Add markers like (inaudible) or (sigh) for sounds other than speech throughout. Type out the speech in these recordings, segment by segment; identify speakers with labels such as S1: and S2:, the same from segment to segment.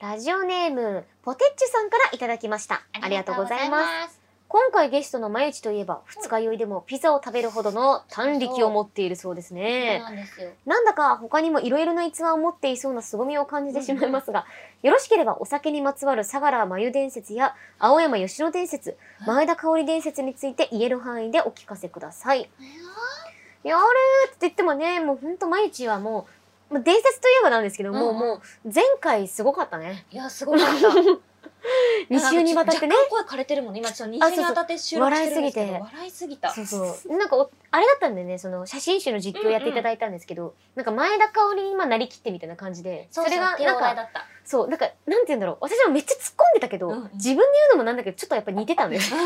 S1: ラジオネーム、ポテッチさんからいただきました。ありがとうございます。
S2: す。
S1: 今回ゲストのまゆちといえば、二日酔いでもピザを食べるほどの胆力を持っているそうです
S2: そう
S1: ね。
S2: なんですよ。
S1: なんだか他にもいろいろな逸話を持っていそうな凄みを感じてしまいますが、よろしければお酒にまつわる相良真由伝説や青山吉野伝説、前田香織伝説について言える範囲でお聞かせください。やるって言ってもね、もうほんと毎日はもう、まあ伝説といえばなんですけども、
S2: うんうん
S1: もう前回すごかったね。
S2: いや、すごかった。
S1: (laughs) 2週にわたってね。
S2: 若干声枯れてるもんね。今ちょっと2週にわたって収録してるんですけど。
S1: あ
S2: 笑いすぎた。
S1: そうそう。なんかお、あれだったんでね、その写真集の実況やっていただいたんですけど、なんか前田香織に今なりきってみたいな感じで、
S2: そうそう
S1: れが
S2: ピア
S1: な
S2: ノ
S1: ん
S2: 笑い
S1: か、
S2: だった。
S1: そう、なんか、なんて言うんだろう。私もめっちゃ突っ込んでたけど、
S2: うんうん
S1: 自分で言うのもなんだけど、ちょっとやっぱ似てたんだよ。
S2: うん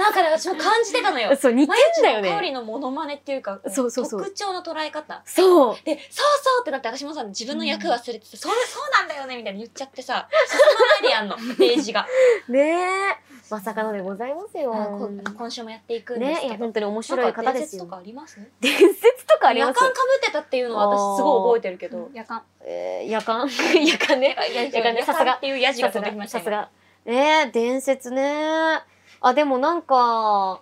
S2: なんかね私も感じてたのよ。
S1: そう、似てんだよ
S2: 毎日の香
S1: ね。
S2: りのモノマネっていうか、こ
S1: そうそうそう
S2: 特徴の捉え方。
S1: そう。
S2: で、そうそうってなって、私もさ、自分の役忘れてて、そう、そうなんだよねみたいに言っちゃってさ、進まないで
S1: (laughs)
S2: やんの、ページが。
S1: ねえ。まさかのでございますよ。
S2: まあこ今週もやっていくんです
S1: ねいや、
S2: けど。
S1: 本当に面白い方です
S2: な
S1: よ。
S2: んか伝説とかあります
S1: 伝説とかあり
S2: 夜
S1: ま
S2: 間
S1: す
S2: かぶってたっていうのは私すごい覚えてるけど。夜間。
S1: えー、夜間夜間ね。
S2: 夜
S1: 夜間ね、さす
S2: 間
S1: が
S2: っ。ていうヤジが
S1: さす
S2: 飛んでき
S1: が。
S2: まし
S1: さ
S2: たよ
S1: すが。ねえ、伝説ね。あ、でもなんか、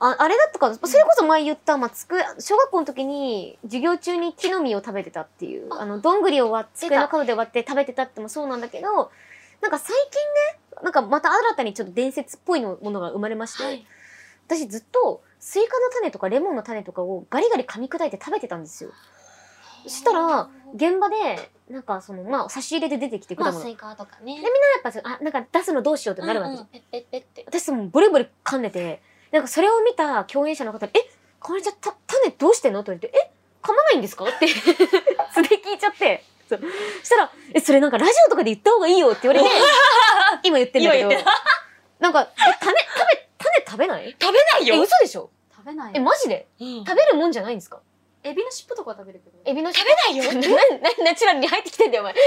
S1: ああれだったかな、それこそ前言った、まあ、つく、小学校の時に授業中に木の実を食べてたっていう、
S2: あ
S1: あの、どんぐりを割っ
S2: 出た
S1: 机の角で割って食べてたってもそうなんだけど、なんか最近ね、なんかまた新たにちょっと伝説っぽいのものが生まれまして、
S2: はい。
S1: 私ずっとスイカの種とかレモンの種とかをガリガリ噛み砕いて食べてたんですよ。そしたら、現場で、なんかその、まあ、差し入れで出てきてく
S2: ま
S1: る
S2: あ、
S1: もの。
S2: スイカとかね。
S1: でやっぱその、あ、なんか出すのどうしようってなるわけじゃん
S2: うんうんペッペッペッって。
S1: 私もうボリボリ噛んでて、なんかそれを見た共演者の方に、え、かおりちゃん、た、種どうしてんのって言われて、え、噛まないんですかって、素で聞いちゃって。そうそしたら、え、それなんかラジオとかで言った方がいいよって言われて、今言ってんだけど
S2: 今言って、
S1: なんか、え、種、食べ、種食べない
S2: 食べない
S1: え、嘘でしょ
S3: 食べない
S1: え、マジで
S2: 食
S1: 食べるもんじゃないんですか
S3: エビの尻尾とかは食べるけど
S1: エビの
S2: 食べないよ
S1: な、 (laughs) な、ナチュラルに入ってきてんだよ、お
S2: (laughs)
S1: 前。
S2: べ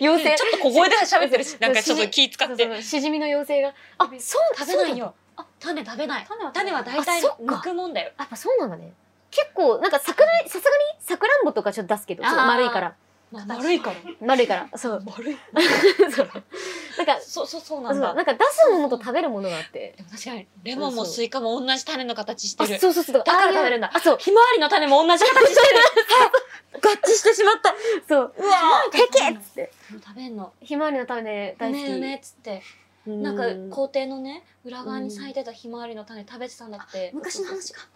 S1: (laughs) 妖精。
S2: ちょっと小声で喋ってるし、なんかちょっと気使
S1: そ
S2: っ
S1: うそ
S2: て。
S1: うしじみの妖精が。あ、そう、
S2: 食べない
S1: よ。
S2: よ。あ、種食べない。
S3: 種は
S2: 種は大体
S1: あそっか
S2: 抜くもんだよ。
S1: やっぱそうなんだね。結構、なんか桜、さすがにさくらんぼとかちょっと出すけど、ちょっと丸いから。
S2: まあ
S3: 形
S2: 丸いから。
S1: 丸い
S2: (laughs)
S1: から。そう。
S2: 丸い。
S1: そうなんか、
S2: そうそうそうな
S1: そうんな
S2: だ。
S1: んか出すものと食べるものがあって。
S2: でも確かに、レモンもスイカも同じ種の形して
S1: あ、
S2: る。
S1: そうそうそう。だ
S2: だから食べるんだ
S1: ああいうあ、そう。
S2: ひまわりの種も同じ形してる。合致してしまった。
S1: そう。
S2: うわ
S1: へけっつって。
S2: 食べんの。
S1: ひまわりの種ね、
S2: う
S1: 大好
S2: ね
S1: き。
S2: うねっつって。
S1: う
S2: なんか校庭のね、裏側に咲いてたひまわりの種食べてたんだって。
S1: 昔の話
S2: か。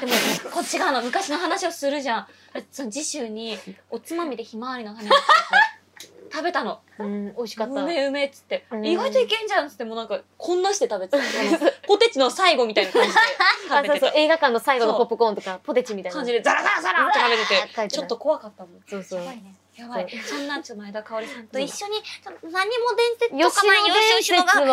S2: でも、こっち側の昔の話をするじゃん。その次週に、おつまみでひまわりの種を作って食べたの。
S1: うん、美味しかっ
S2: う
S1: た。
S2: めうめっつって
S1: う。ん
S2: 意外といけんじゃんっつって、もうなんか、こんなして食べてた。あのポテチの最後みたいな感じで
S1: あ、
S2: 食
S1: そう
S2: べて
S1: そう。
S2: た。
S1: 映画館の最後のポップコーンとか、ポテチみたいな。
S2: 感じで、ザラザラザラって食べ
S1: うわーって書い
S2: て
S1: て
S2: て、
S1: た
S2: ちょっと怖かったもん。
S1: そうそう。
S3: やばいね
S2: やばい。そんな、ちょっと前田香織さんと
S1: そう
S2: 一緒に、ちょっと何も伝説
S1: よ
S2: と
S1: し
S2: かない
S1: の
S2: よ
S1: 伝
S2: しよしの
S1: 説
S2: が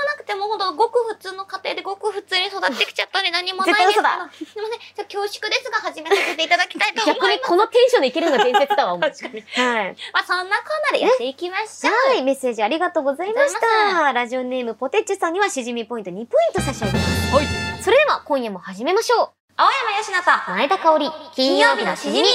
S1: は
S2: なくても、ほんと、ごく普通の家庭でごく普通に育ってきちゃったんで何もないです
S1: 絶対嘘
S2: か
S1: だ
S2: ら。すみません。じゃあ恐縮ですが、始めさせていただきたいと思いま
S1: 逆
S2: (laughs)
S1: にこのテンションでいけるのが伝説だ (laughs) わ、お前。
S2: す。確かに。
S1: はい。
S2: まあ、そんなこんなでやっていきましょう。
S1: はい、メッセージありがとうございまし
S2: ありがとうござい
S1: た。ラジオネームポテッチュさんにはしじみポイント2ポイント差し上げます。
S2: はい。
S1: それでは今夜も始めましょ
S2: (laughs) 青山よしな
S1: う。
S2: と、
S1: 前田香織、金曜日のしじみ。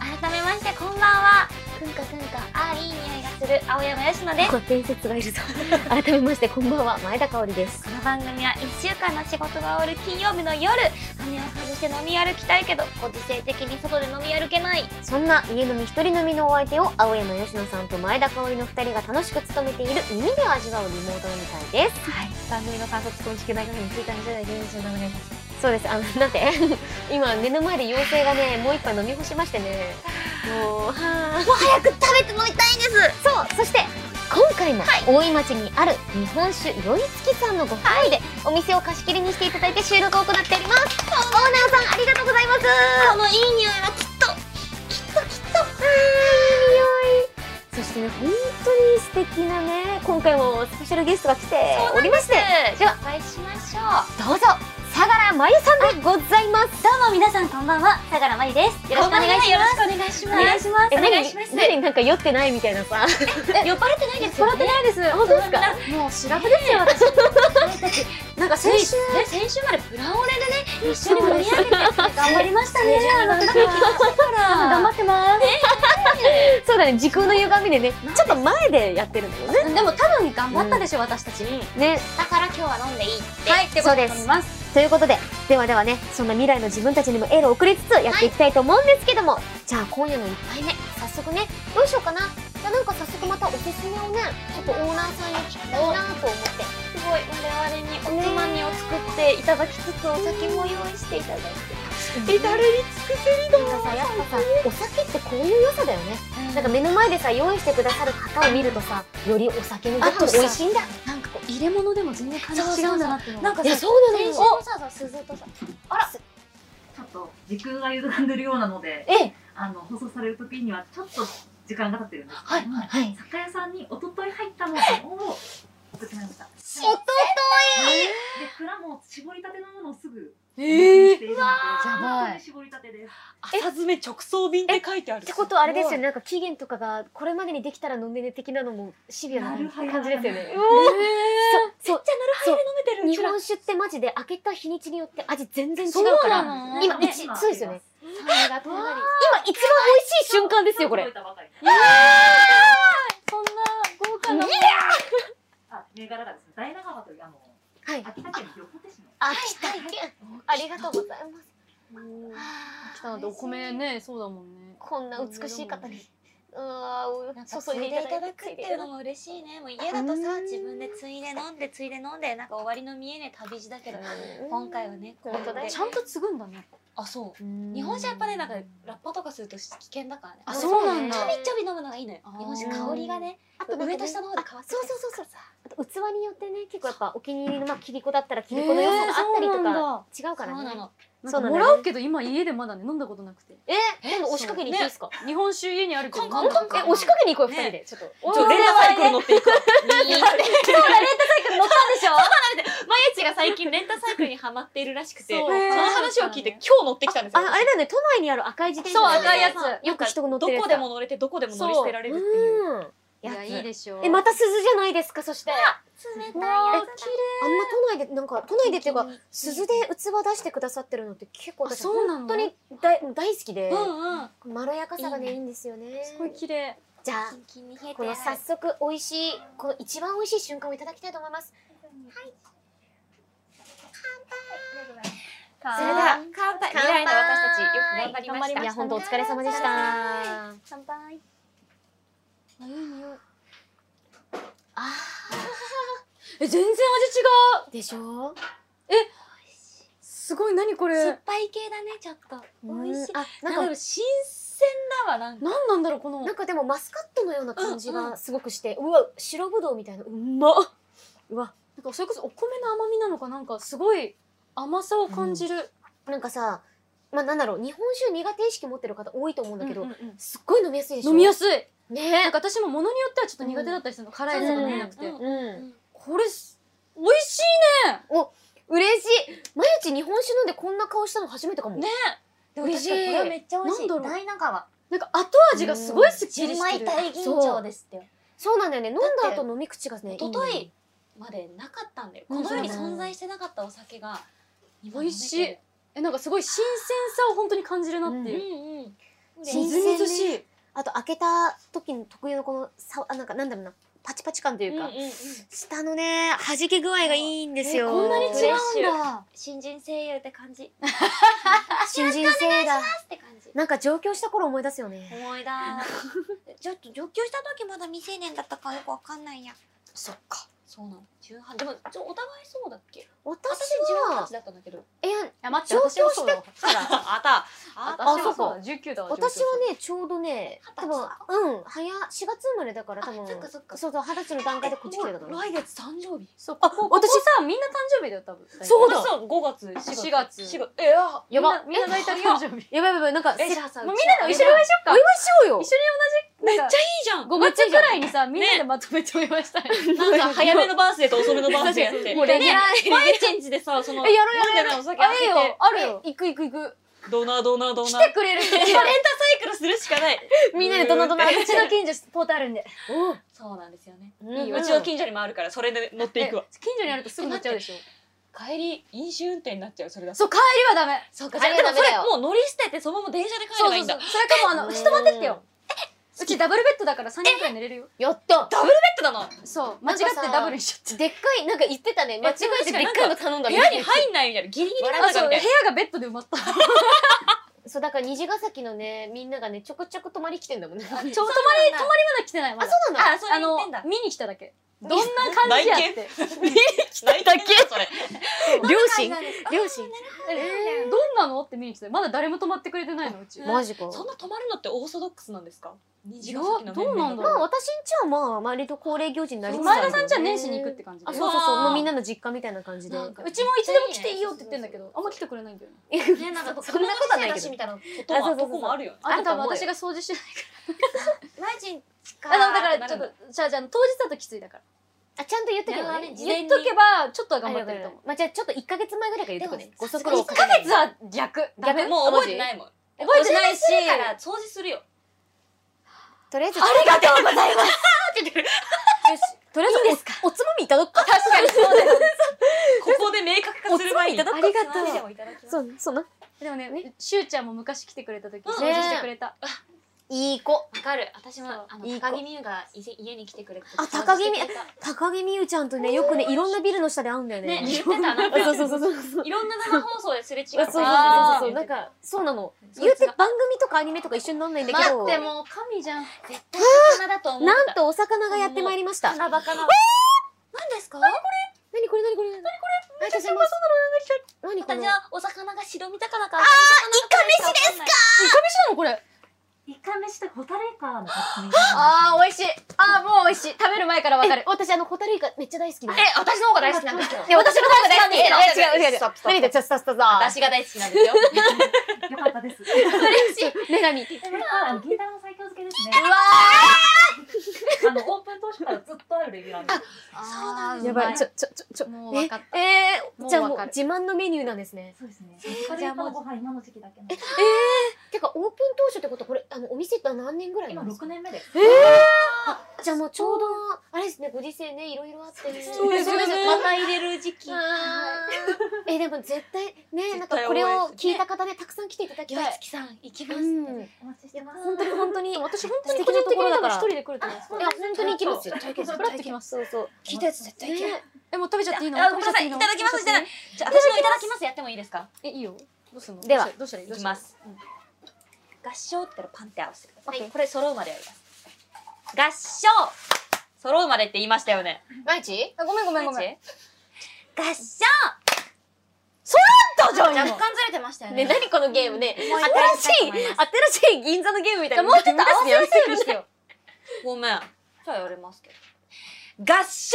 S2: 改めまして、こんばんは。くんかくんか、ああ、いい匂いがする青山よしなです。
S1: ここ伝説がいるぞ。 (laughs) 改めましてこんばんは、前田香織です。
S2: この番組は1週間の仕事が終わる金曜日の夜、羽を外して飲み歩きたいけど、ご時世的に外で飲み歩けない。
S1: そんな家飲み一人飲みのお相手を青山佳乃さんと前田香織の2人が楽しく務めている耳で味わうリモート飲み会です。
S2: はい。番組の感想、ツッコミ、聞けない方に聞いたんじゃないですか。お願いします。
S1: そうです。あの、なんて (laughs) 今目の前で妖精がね、もう一杯飲み干しましてね。もう、はぁ。
S2: もう早く食べて飲みたいんです。
S1: そうそして今回も大井町にある日本酒酔いつきさんのご夫婦でお店を貸し切りにしていただいて収録を行っております、オーナーさんありがとうございます
S2: このいい匂いはきっときっときっと
S1: そしてね本当に素敵なね今回もスペシャルゲストが来ておりまして
S2: ではお会いしましょう
S1: どうぞ相良真由さんでございます
S2: どうも皆さんこんばんは相良真由ですよろしくお願いしますよろしくお願いしますお願いします
S1: え何何なんか酔ってないみたいなさ
S2: 酔っ払ってないですよね
S1: ないです本当ですか
S3: もう調べですよ私なんか先週
S2: ね先週までプラオレでね一緒に盛り上げて頑張りましたねねじゃあ私は
S3: 頑張ってます。
S1: (laughs) そうだね時空の歪みでねちょっと前でやってるんだよね
S2: うんでも多分頑張ったでしょ、私たち。
S1: ね
S2: だから今日は飲んでいいって。
S1: はい
S2: ってこと
S1: そうで
S2: に
S1: す
S2: なります。
S1: ということでではではねそんな未来の自分たちにもエールを送りつつやっていきたいと思うんですけども、じゃあ今夜の一杯目早速ねどうしようかなじゃあなんか早速またおすすめをねちょっとオーナーさんに聞きたいなと思って
S2: すごい我々におつまみを作っていただきつつ、お酒も用意していただいて。至るに尽くせり
S1: なんかさやっぱさお酒ってこういう良さだよねなんか目の前でさ用意してくださる方を見るとさよりお酒のご
S2: あと
S1: 飯
S2: さ
S1: 美味しいんだ
S2: なんかこう入れ物でも全然感じ
S3: そうそうそう
S2: 違うんだなっていうのが
S3: なんか
S1: い
S3: さ
S1: やそうなの
S3: 先
S1: よ
S3: 週もさ、鈴とさ、
S4: ちょっと時空が歪んでるようなので、
S1: ええ
S4: あの放送される時にはちょっと時間が経ってるんですけど、
S2: はいはい
S1: はい
S4: 酒屋さんに一昨日入ったものを作ってまいりました。で、蔵も絞りたてのものをすぐ
S2: え
S4: えうわ
S2: ーやばい
S4: 絞りたてです。
S5: 浅詰め直送便って書いてある
S1: ってことはあれですよねなんか期限とかがこれまでにできたら飲んでね的なのもシビアな感じですよね
S4: う
S1: そう
S5: 飲めて
S1: 日本酒ってマジで開けた日にちによって味全然違うから
S2: そうなの
S1: 今
S4: ね
S1: 一そうですよね。
S3: 酸味がとんがり。
S1: 今一番美味しい瞬間ですよこれ
S4: 届いたばかり
S2: そんな豪華な。
S4: あ、銘柄がですね、大長浜というあの
S1: はい
S4: 秋田県横手市の
S1: 秋田県ありがとうございます
S3: 来たのでお米ね、そうだもんね。
S1: こんな美しい方にうわ
S2: なん
S1: ー
S2: か
S1: 注
S2: 注
S1: い
S2: い
S1: でい
S2: でい
S1: た
S2: た
S1: だい
S2: だ
S1: て
S2: くっていうのも嬉しいねもう家だと
S1: う
S2: さ
S1: ん
S2: 自分でついで飲んでついで飲んでなんか終わりの見えねえ旅路だけど今回はねこうやって
S1: 本当だよ
S3: ちゃんと継ぐんだね。
S2: あそう日
S1: 日
S2: 本酒はやっぱねなんかラッパとかすると危険だからね
S3: あ
S2: ち
S3: そうなん
S2: ょ
S3: だ
S2: びちょび飲むのがいいのよ
S3: あー
S2: 日本酒香りがね
S1: あとなんかね
S2: 上と下の方で変わって
S1: あそ
S2: く
S1: う
S2: る
S1: そうそうそうあと器によってね結構やっぱお気に入りのまあ切り子だったら切り子の良さがあったりとか
S3: か。
S1: 違う
S2: そ
S1: からね
S2: うなの
S1: そうなんだよね
S3: もらうけど今家でまだね飲んだことなくて。
S1: えでも押しかけに行っていいですか
S3: 日本酒家にあるけ
S2: カン
S3: ど。
S2: カ
S1: 本
S2: ン
S1: 当え
S2: カンカン
S1: 押しかけに行こうよ二人でちょっと
S5: ちょレンタサイクル乗っていく
S2: いいって
S1: でしょ
S2: まゆちが最近レンタサイクルにハマっているらしくて
S5: そう
S2: (laughs) そ
S5: そ
S2: の
S5: の
S2: 話
S5: 話
S2: を
S5: を
S2: 聞
S5: 聞
S2: い
S5: い
S2: て
S5: て今日乗ってきたんです
S1: あ
S5: よ
S1: あれだよね都内にある赤い自転車
S5: そう赤いやつ
S1: よく人が乗っ
S5: ど
S1: てるやつ
S5: こでも乗れてどこでも乗り捨てられるっていう
S1: うん
S3: いや、いいでしょう。
S1: えまた鈴じゃないですかそして
S2: 冷
S1: たい
S2: たい
S1: やつあんま都内でなんか都内でっていうか鈴で器出してくださってるのって結構
S3: あ
S1: 私
S3: そうな
S1: 本
S3: の
S1: 当に大大好きで
S2: うんうん
S1: まろやかさがね
S2: いい
S1: いい
S2: ね
S1: んですよね
S3: すごい綺麗。
S1: じゃ
S2: キンキンに冷
S1: あ
S2: えて
S1: この早速美味しいこの一番美味しい瞬間をいただきたいと思います
S2: 乾
S1: それでは
S2: 乾杯
S1: 乾
S2: 未
S1: 杯
S2: 来の私たちよく頑張りまし
S1: い
S2: た
S1: や本当お疲れ様でした
S2: 乾杯
S1: あいい匂い
S3: え、全然味違う。
S1: でしょ
S3: すごい、何こ
S2: 酸
S3: れ
S2: っ。ぱい系だねちょっと美味しい
S1: うんあ
S2: な
S1: なん
S2: んだ
S1: か
S2: ろう新鮮だわなんか
S3: 何なんだろう、この
S1: な。んかでもマスカットのような感じ
S2: うんう
S1: がすごくして、うわ白ぶどうみたいなうまっ
S3: なんかそれこそお米の甘みなのかなんかすごい甘さを感じる、
S1: なんかさまあなんだろう日本酒苦手意識持ってる方多いと思うんだけど、
S3: うんうんうん
S1: すっごい飲みやすいでしょ
S3: 飲みやすいな
S1: ね
S3: んか私も物によってはちょっと苦手だったりするの、辛いやつが飲めなくて、
S2: うんうん
S1: うん
S3: これす美味しい
S1: 嬉しい毎日日本酒飲んでこんな顔したの初めてかも
S3: ね
S2: で
S1: 美味しい
S2: 確かにこれはめっちゃ美味しい
S3: なんだろう
S2: 大長は
S3: なんか後味がすごいすっきり
S2: 純米
S3: してる、
S2: 大吟醸ですって
S1: そうなんだよね飲ん
S2: だっ
S1: だ
S2: て
S1: 後飲み口がね
S2: 一昨日までなかったんだよこの世に
S1: そうだね
S2: 存在してなかったお酒が
S3: 美味しいえなんかすごい新鮮さを本当に感じるなって
S2: う
S3: いう、
S2: んうん
S1: 新
S3: み
S1: 鮮
S3: ずみずしい、
S1: あと開けた時の特有のこのさあなんかなんだろうなパチパチ感というか、下のね弾け具合がいいんですよ
S3: こんなに違
S2: 嬉し
S3: うんだ
S2: 新人声優って感じ
S1: 新人性だ
S2: って感じ
S1: なんか上京した頃思い出すよね
S2: 思い出ちょっと上京した時まだ未成年だったからよくわかんないや
S3: そっか
S2: そうなの18でもちょお互いそうだっけ
S1: 私
S2: 私
S1: は
S2: 18だったんだけど
S1: いや
S3: いや待って
S1: 上京
S3: 私もそうだ
S1: してから
S5: あた
S1: あ
S2: あ
S3: 私
S1: そ
S3: も
S1: うか
S3: そうだ19だわ
S1: 私はねちょうどね多
S2: 二十
S1: 分
S2: 歳
S1: うん早4月生まれだから多分
S2: あそっかそっか
S1: そうそう二十歳の段階でこっち来てたから
S2: 来月誕生日
S3: そうあここ
S1: 私
S3: さみんな誕生日だよ多分
S1: そうだ
S2: 5月
S3: 4月
S2: 4月えや
S3: やば
S2: みんなみんな大体誕
S3: 生日
S1: やばいやばいなんか
S2: え
S1: せ
S2: シラさん
S3: もうみんなでお祝いしようか
S1: お祝いしようよ
S3: 一緒
S2: めっちゃいい
S3: なんか
S2: じゃん
S3: 5月くらいにさ、みんなでまとめてお祝い (laughs) したい。
S2: なんか早めのバースデーと遅めのバースデーやって
S3: もうレギュラ
S2: 毎日んちでさその
S3: えやろうやろう
S2: 飲んでないお酒
S3: あ
S2: 開
S3: る
S2: け
S3: よ
S2: て、
S3: あるよ。行く行く行く。
S5: ドナードナードナー
S3: 来てくれる。
S2: レンタサイクルするしかない
S3: みんなでどな (laughs) どな。うちの近所ポートあるんで。
S2: そうなんですよね
S1: うん
S2: いい
S1: うん
S2: うちの近所にもあるからそれで乗っていくわ
S3: え近所にあるとすぐ乗っちゃうでしょ。
S5: 帰り飲酒運転になっちゃうそれだと
S3: そう帰りはダメ
S2: そうか、
S1: あれはダメだよ
S2: でもそれもう乗り捨てて、そのまま電車で帰
S3: そ
S2: れ
S3: う
S2: ばい
S3: そ
S2: いだ。
S3: うんそうそれかもあの人待ってってようちダブルベッドだから3人くらい寝れるよ
S1: やった
S2: だの。
S3: そう間違ってダブルにしちゃった
S1: でっかいなんか言ってたね間違えてでっかいの頼んだ
S5: 部
S1: み
S5: 屋
S1: たい
S5: に
S1: な
S5: 入んないみたいなギリギリ
S1: 笑
S5: な
S1: っ
S5: ん
S1: ちゃ
S5: だ
S1: う
S5: みたい
S3: 部
S5: な
S3: 屋がベッドで埋まった
S1: そうだから虹ヶ崎のねみんながねちょこちょこ泊まり来てんだもんね
S3: ちょ泊まり泊まりまだ来てないまだ
S1: そうなんだ
S2: あ、それ言ってん
S3: あ
S2: だ
S3: の。見に来ただけどんな感じやって
S5: 泣いてるなそれ
S1: 両親両親
S3: えーどんなのって見に来たまだ誰も泊まってくれてないのうち
S5: えー
S1: マジか
S5: そんな泊まるのってオーソドックスなんですか虹ヶ崎の
S3: どうなんだ
S1: まあ
S3: ろう
S1: 私んちはまあ割と恒例行事になりつつあ
S3: 前
S1: るけど
S3: 田さ
S1: ね
S3: んじゃ年始に行くって感じで
S1: あ
S3: う
S1: そうそうそう
S5: うわー
S1: もうみんなの実家みたいな感じで
S2: なんか
S3: ちもいつでも来ていいよって言ってんだけどあんま来てくれないんだよね
S2: ね、なん
S1: (laughs)
S2: か、
S1: そんなことはないけど
S2: 子供のせだしみたいな。
S5: と
S1: あそうそう
S5: は
S1: そう
S5: とこもあるよね
S3: あ
S1: あ
S3: と
S1: る
S3: 多
S1: と
S3: 分
S1: 思うよ
S3: 私が掃除してない
S2: マジか。
S3: あだからちょっ
S2: と。
S3: とじゃあじゃあ当日だときついだから
S1: あちゃんと言っとけば
S2: なる
S1: ね
S2: ほどね事前
S3: 言っ
S2: に
S3: とけばちょっとは
S1: あ
S3: 頑張ってると思う
S1: まあじゃあちょっと一ヶ月前ぐらいから言っとくね
S2: でも
S1: ご足
S2: そ
S1: 労
S2: う
S1: を
S2: か
S1: か
S2: 一ヶ
S1: け
S2: 月
S1: て
S3: 実は逆ダメ
S5: 逆もう覚えて
S3: い
S5: ないもん
S3: 覚えてないし
S2: お尻するから掃除するよ。
S1: とりあえず
S3: ありがとうございます
S1: とりあえずおおつまみいただくか
S3: 確かにそうだよね
S5: ここで明確化する前に
S1: おつまみいただくか
S2: マジでもいただきます。
S1: そうそうな
S3: でもねしゅうちゃんも昔来てくれた時掃
S2: うん
S3: 除してくれた
S1: いい子
S2: わかる。私も、あ
S1: いい子
S2: の、高木美優がいせ家に来てくれて。
S1: あ高木美高木美優ちゃんとねよくねいろんなビルの下で会うんだよ
S2: ね、
S1: ね
S2: 言ってた。なん
S1: あ
S2: か
S1: (laughs) そうそうそうそうそう
S2: いろんな生放送ですれ違っ
S1: そう
S2: た。
S1: そうそう
S3: あー
S1: そうなんかそうなの言うて番組とかアニメとか一緒になんないんだけ
S3: 待
S1: ど
S3: ってもう神じゃん
S2: 絶対魚だと思う。
S1: なんとお魚がやってまいりました
S2: 花バカな。何ですか？
S1: 何これ何これ何これありがとうございます何こ
S2: また
S1: の
S2: じゃあお魚が白身魚か。ああ、イカ飯ですか？
S3: なのこれ
S4: イカ飯とホタルイカの
S3: あー美味しいあーもう美味しい食べる前からわかる
S1: 私あのホタルイカめっちゃ大好きで
S2: え、私の方が大好きなんですよ。
S1: いや私の方が大好き
S2: 確かに
S1: 違う違う違う
S2: ストップストップ
S1: 何でちょっとちょっとちょっと
S2: 私が大好きなんですよ。
S4: (laughs) よかったです。
S1: 女神
S4: これは銀玉の最強漬けですね。
S1: うわ
S4: あのオープン当初からずっとあるレギュラーです。
S2: そうなんで
S3: あー
S1: やば
S3: うま
S1: いちょちょちょちょ
S3: もう分かった
S1: え
S3: も
S1: ー
S3: う
S1: じゃあも
S3: わ
S1: う
S3: かる
S1: 自慢のメニューなんですね
S4: そうですね。ホタルイカのご飯今の時期だけなんです。
S1: てかオープン当初ってことこれあのお店って何年ぐらいな
S4: 今
S1: んですか
S4: 六年目です。
S1: じゃあもうちょうどあれですねご時世ねいろいろあってね
S5: そうですよね
S2: また入れる時期。
S1: あーえでも絶対ねなん
S5: 絶
S1: か
S5: 対
S1: これを
S5: 応援して
S1: 聞いた方でたくさん来ていただき
S2: よい
S1: たい
S2: つきさん行きま
S1: う
S2: す。
S1: ん
S4: お待ちしてます。
S1: 本当に本当に私本
S3: 本当に個人的に多分一人で来ると思うんです
S1: いや本当に行きますよ
S3: プラッと来ます
S1: そうそう
S2: 聞いたやつ絶対行けない。
S3: えもう食べちゃっていいの
S2: あごめんなさい
S3: 食べちゃって
S2: いた
S3: の
S2: だきますじゃないじゃあ私のいただきますやってもいいですか？
S3: えいいよどうすんの
S1: では
S3: どうしたらいい
S2: い
S3: どう
S2: き
S3: したら
S2: ま
S3: いい
S2: す。合唱って言ったらパンって合わせてください。
S1: オッケー
S2: はいこれ揃うまでやります。合唱。揃うまでって言いましたよね。
S1: 毎日
S3: あごめんごめんごめん
S2: 合唱。
S3: どうじゃん
S2: 若
S3: 今
S2: 干ずれてましたよ
S1: ね
S2: ね。
S1: 何このゲームね新しい
S2: 思い出した
S1: 新しい
S2: いと思い
S1: 銀座のゲームみたいな
S3: もうちょっと合わせやすいようにしてよ
S5: ごめん
S2: じゃあやれますけど。合
S1: よ
S2: 唱。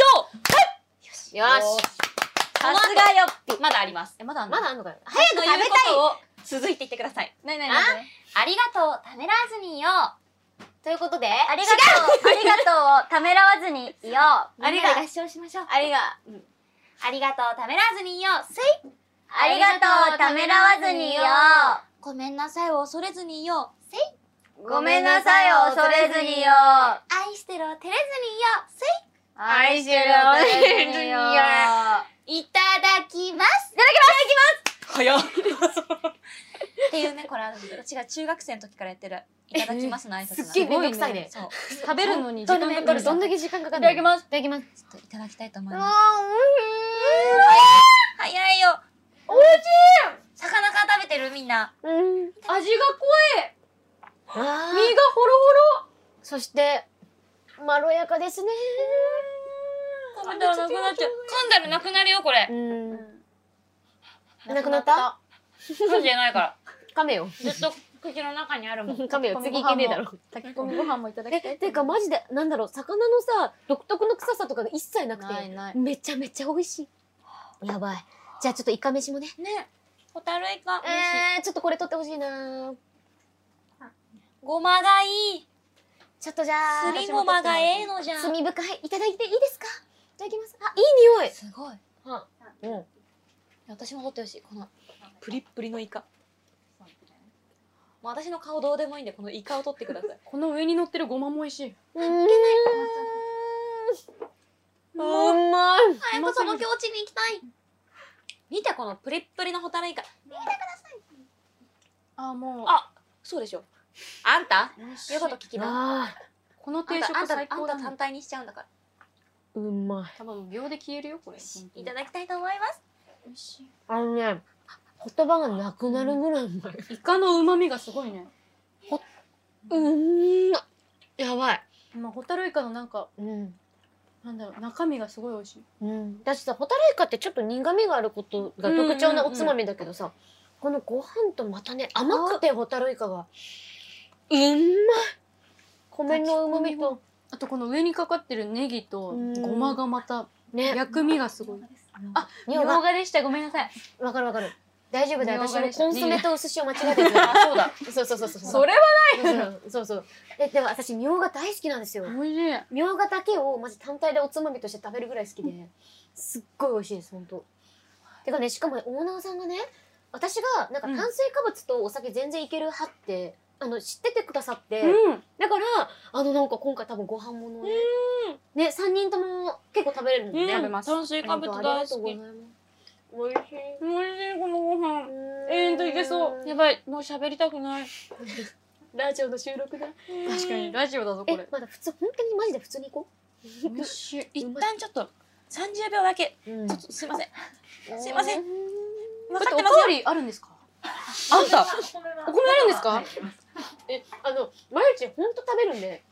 S1: し
S2: さすがよ。まだあります。
S3: えまだあんの
S1: まだあんのかよ早く
S2: の
S1: 食べ
S2: 言
S1: た
S2: う
S1: い
S2: ことを続いていってください。
S3: ないない
S2: あ
S3: ないない
S2: ありがとうためらわずにいよう。ということで、ありが
S1: と
S2: う、ありがとうをためらわずにいよう。
S1: ありが
S2: みんなで合唱しましょう。
S1: ありが
S2: ありがとうためらわずにいよう。せい。
S1: ありがとうためらわずにいよう。
S2: ごめんなさいを恐れずにいよう。せい。
S1: ごめんなさいを恐れずによ
S2: 愛してるを照れずにいよう。せ
S1: 愛してる
S3: 恐れずによ
S2: い。いただきます。
S5: 早っ
S2: っていうね、これ、私が中学生の時からやってる。いただきますの挨拶な
S1: (laughs)
S2: ん
S1: すっげえめんどくさいね
S2: そう。
S3: 食べるのに時
S1: ど
S3: 間
S1: れだ
S3: かか
S1: か
S3: る
S1: る
S3: ど
S1: ど
S3: ん
S1: ん
S3: だ
S1: だ
S3: け
S1: け時間かかる
S3: いただきます
S1: いただきます
S2: ちょっといただきたいと思い
S1: あ
S2: ます。早いよ。おいしい。魚か食べてるみんな。
S1: ーうんうん
S3: 味
S1: あ
S3: が
S1: ー
S3: 濃い身がほろほろ
S1: そしてまろやかですね
S2: 噛んだらなくなっちゃう。噛んだらなくなるよ、これ。
S1: うんなくなった
S2: 噛んでないから。
S1: カメよ (laughs)
S2: ずっと口の中にあるもん。
S1: カメよ次い (laughs) けねえだろ
S3: 炊き込みご飯もいただきた
S1: え
S3: い
S1: てかマジでなんだろう魚のさ独特の臭さとかが一切なくて
S3: ないない
S1: めちゃめちゃ美味しいやばいじゃあちょっとイカ飯もね
S2: ね。ホタルイカ、美味しい。
S1: えー、ちょっとこれ取ってほしいな
S2: ごまがいい。
S1: ちょっとじゃあ
S2: すりごまがええのじゃん。
S1: 罪深いいただいていいですかいただきますあいい
S2: すごい。
S1: 匂いうん
S2: 私も取ってほしい。この、も
S5: プリップリのイカもう私の顔どうでもいいんでこのイカを取って
S2: (laughs)
S5: ください
S3: この上に乗ってるごまも美味しい
S1: いけないうんうまい
S2: 早くその境地に行きたい。見てこのプリップリのホタルイカ
S3: あもう
S2: あそうでしょあんた
S3: 美味しい
S2: 言うこと聞きな
S1: あ
S3: この
S2: あん
S3: 定
S2: たあ
S3: 食
S2: んた
S3: 最
S2: あんた
S3: 高だ
S2: 単
S3: ね
S2: 体にしちゃうんだから
S1: うまい
S3: 多分秒で消えるよこれ本当
S2: い
S3: に
S2: ただきたいと思います
S3: 美味しい
S1: あのね言葉がなくなるぐらいうまい、
S3: イカの旨味がすごいね
S1: うん、まやばい
S3: まあホタルイカのなんか
S1: うん
S3: なんだろう中身がすごい美味しい
S1: うん、だしさホタルイカってちょっと苦味があることが特徴なおつまみだけどさ、このご飯とまたね甘くてホタルイカがうんまい米のうまみと
S3: あとこの上にかかってるネギと
S1: うん
S3: ごまがまた
S1: ね
S3: 薬味がすごい
S1: みょうが
S2: がでしたごめんなさい
S1: わかるわかる大丈夫だよ
S2: みょう
S1: 私
S2: が
S1: も
S2: でした
S1: コンソメとお寿司を間違えてるあそうだそうそうそうそう
S3: それは
S1: そうそうそうえでも私みょうが大好きなんですよ
S3: 美味しい
S1: みょうがだけをまず単体でおつまみとして食べるぐらい好きですっごい美味しいです本当てかねしかもねオーナーさんがね私がなんか炭水化物とお酒全然いける派って、あの知っててくださって、
S3: うん
S1: だからあのなんか今回多分ご飯ものね,、ね3人とも結構食べれるもんね、
S3: 食べます
S2: 炭水化
S1: 本
S2: 物
S1: 当あり
S2: 大
S1: がとう
S2: 好
S1: ござ
S2: き
S1: います美味しい
S3: 美味しいこのご飯
S1: う
S3: 永遠といけそう
S2: やばいもう喋りたくない
S1: ラジオの収録だ
S3: 確かにラジオだぞこ
S1: え
S3: れ
S1: まだ普通本当にマジで普通に行こ
S3: 美味しい
S2: 一旦ちょっと30秒だけ
S1: う、うん
S2: ちょっとすいませんすいません分
S3: だっ
S2: か
S3: て
S2: っ
S3: お
S2: て
S3: か
S2: ますよ
S3: わりあるんですかあんたお米あるんですか
S1: えあの毎日本当食べるんで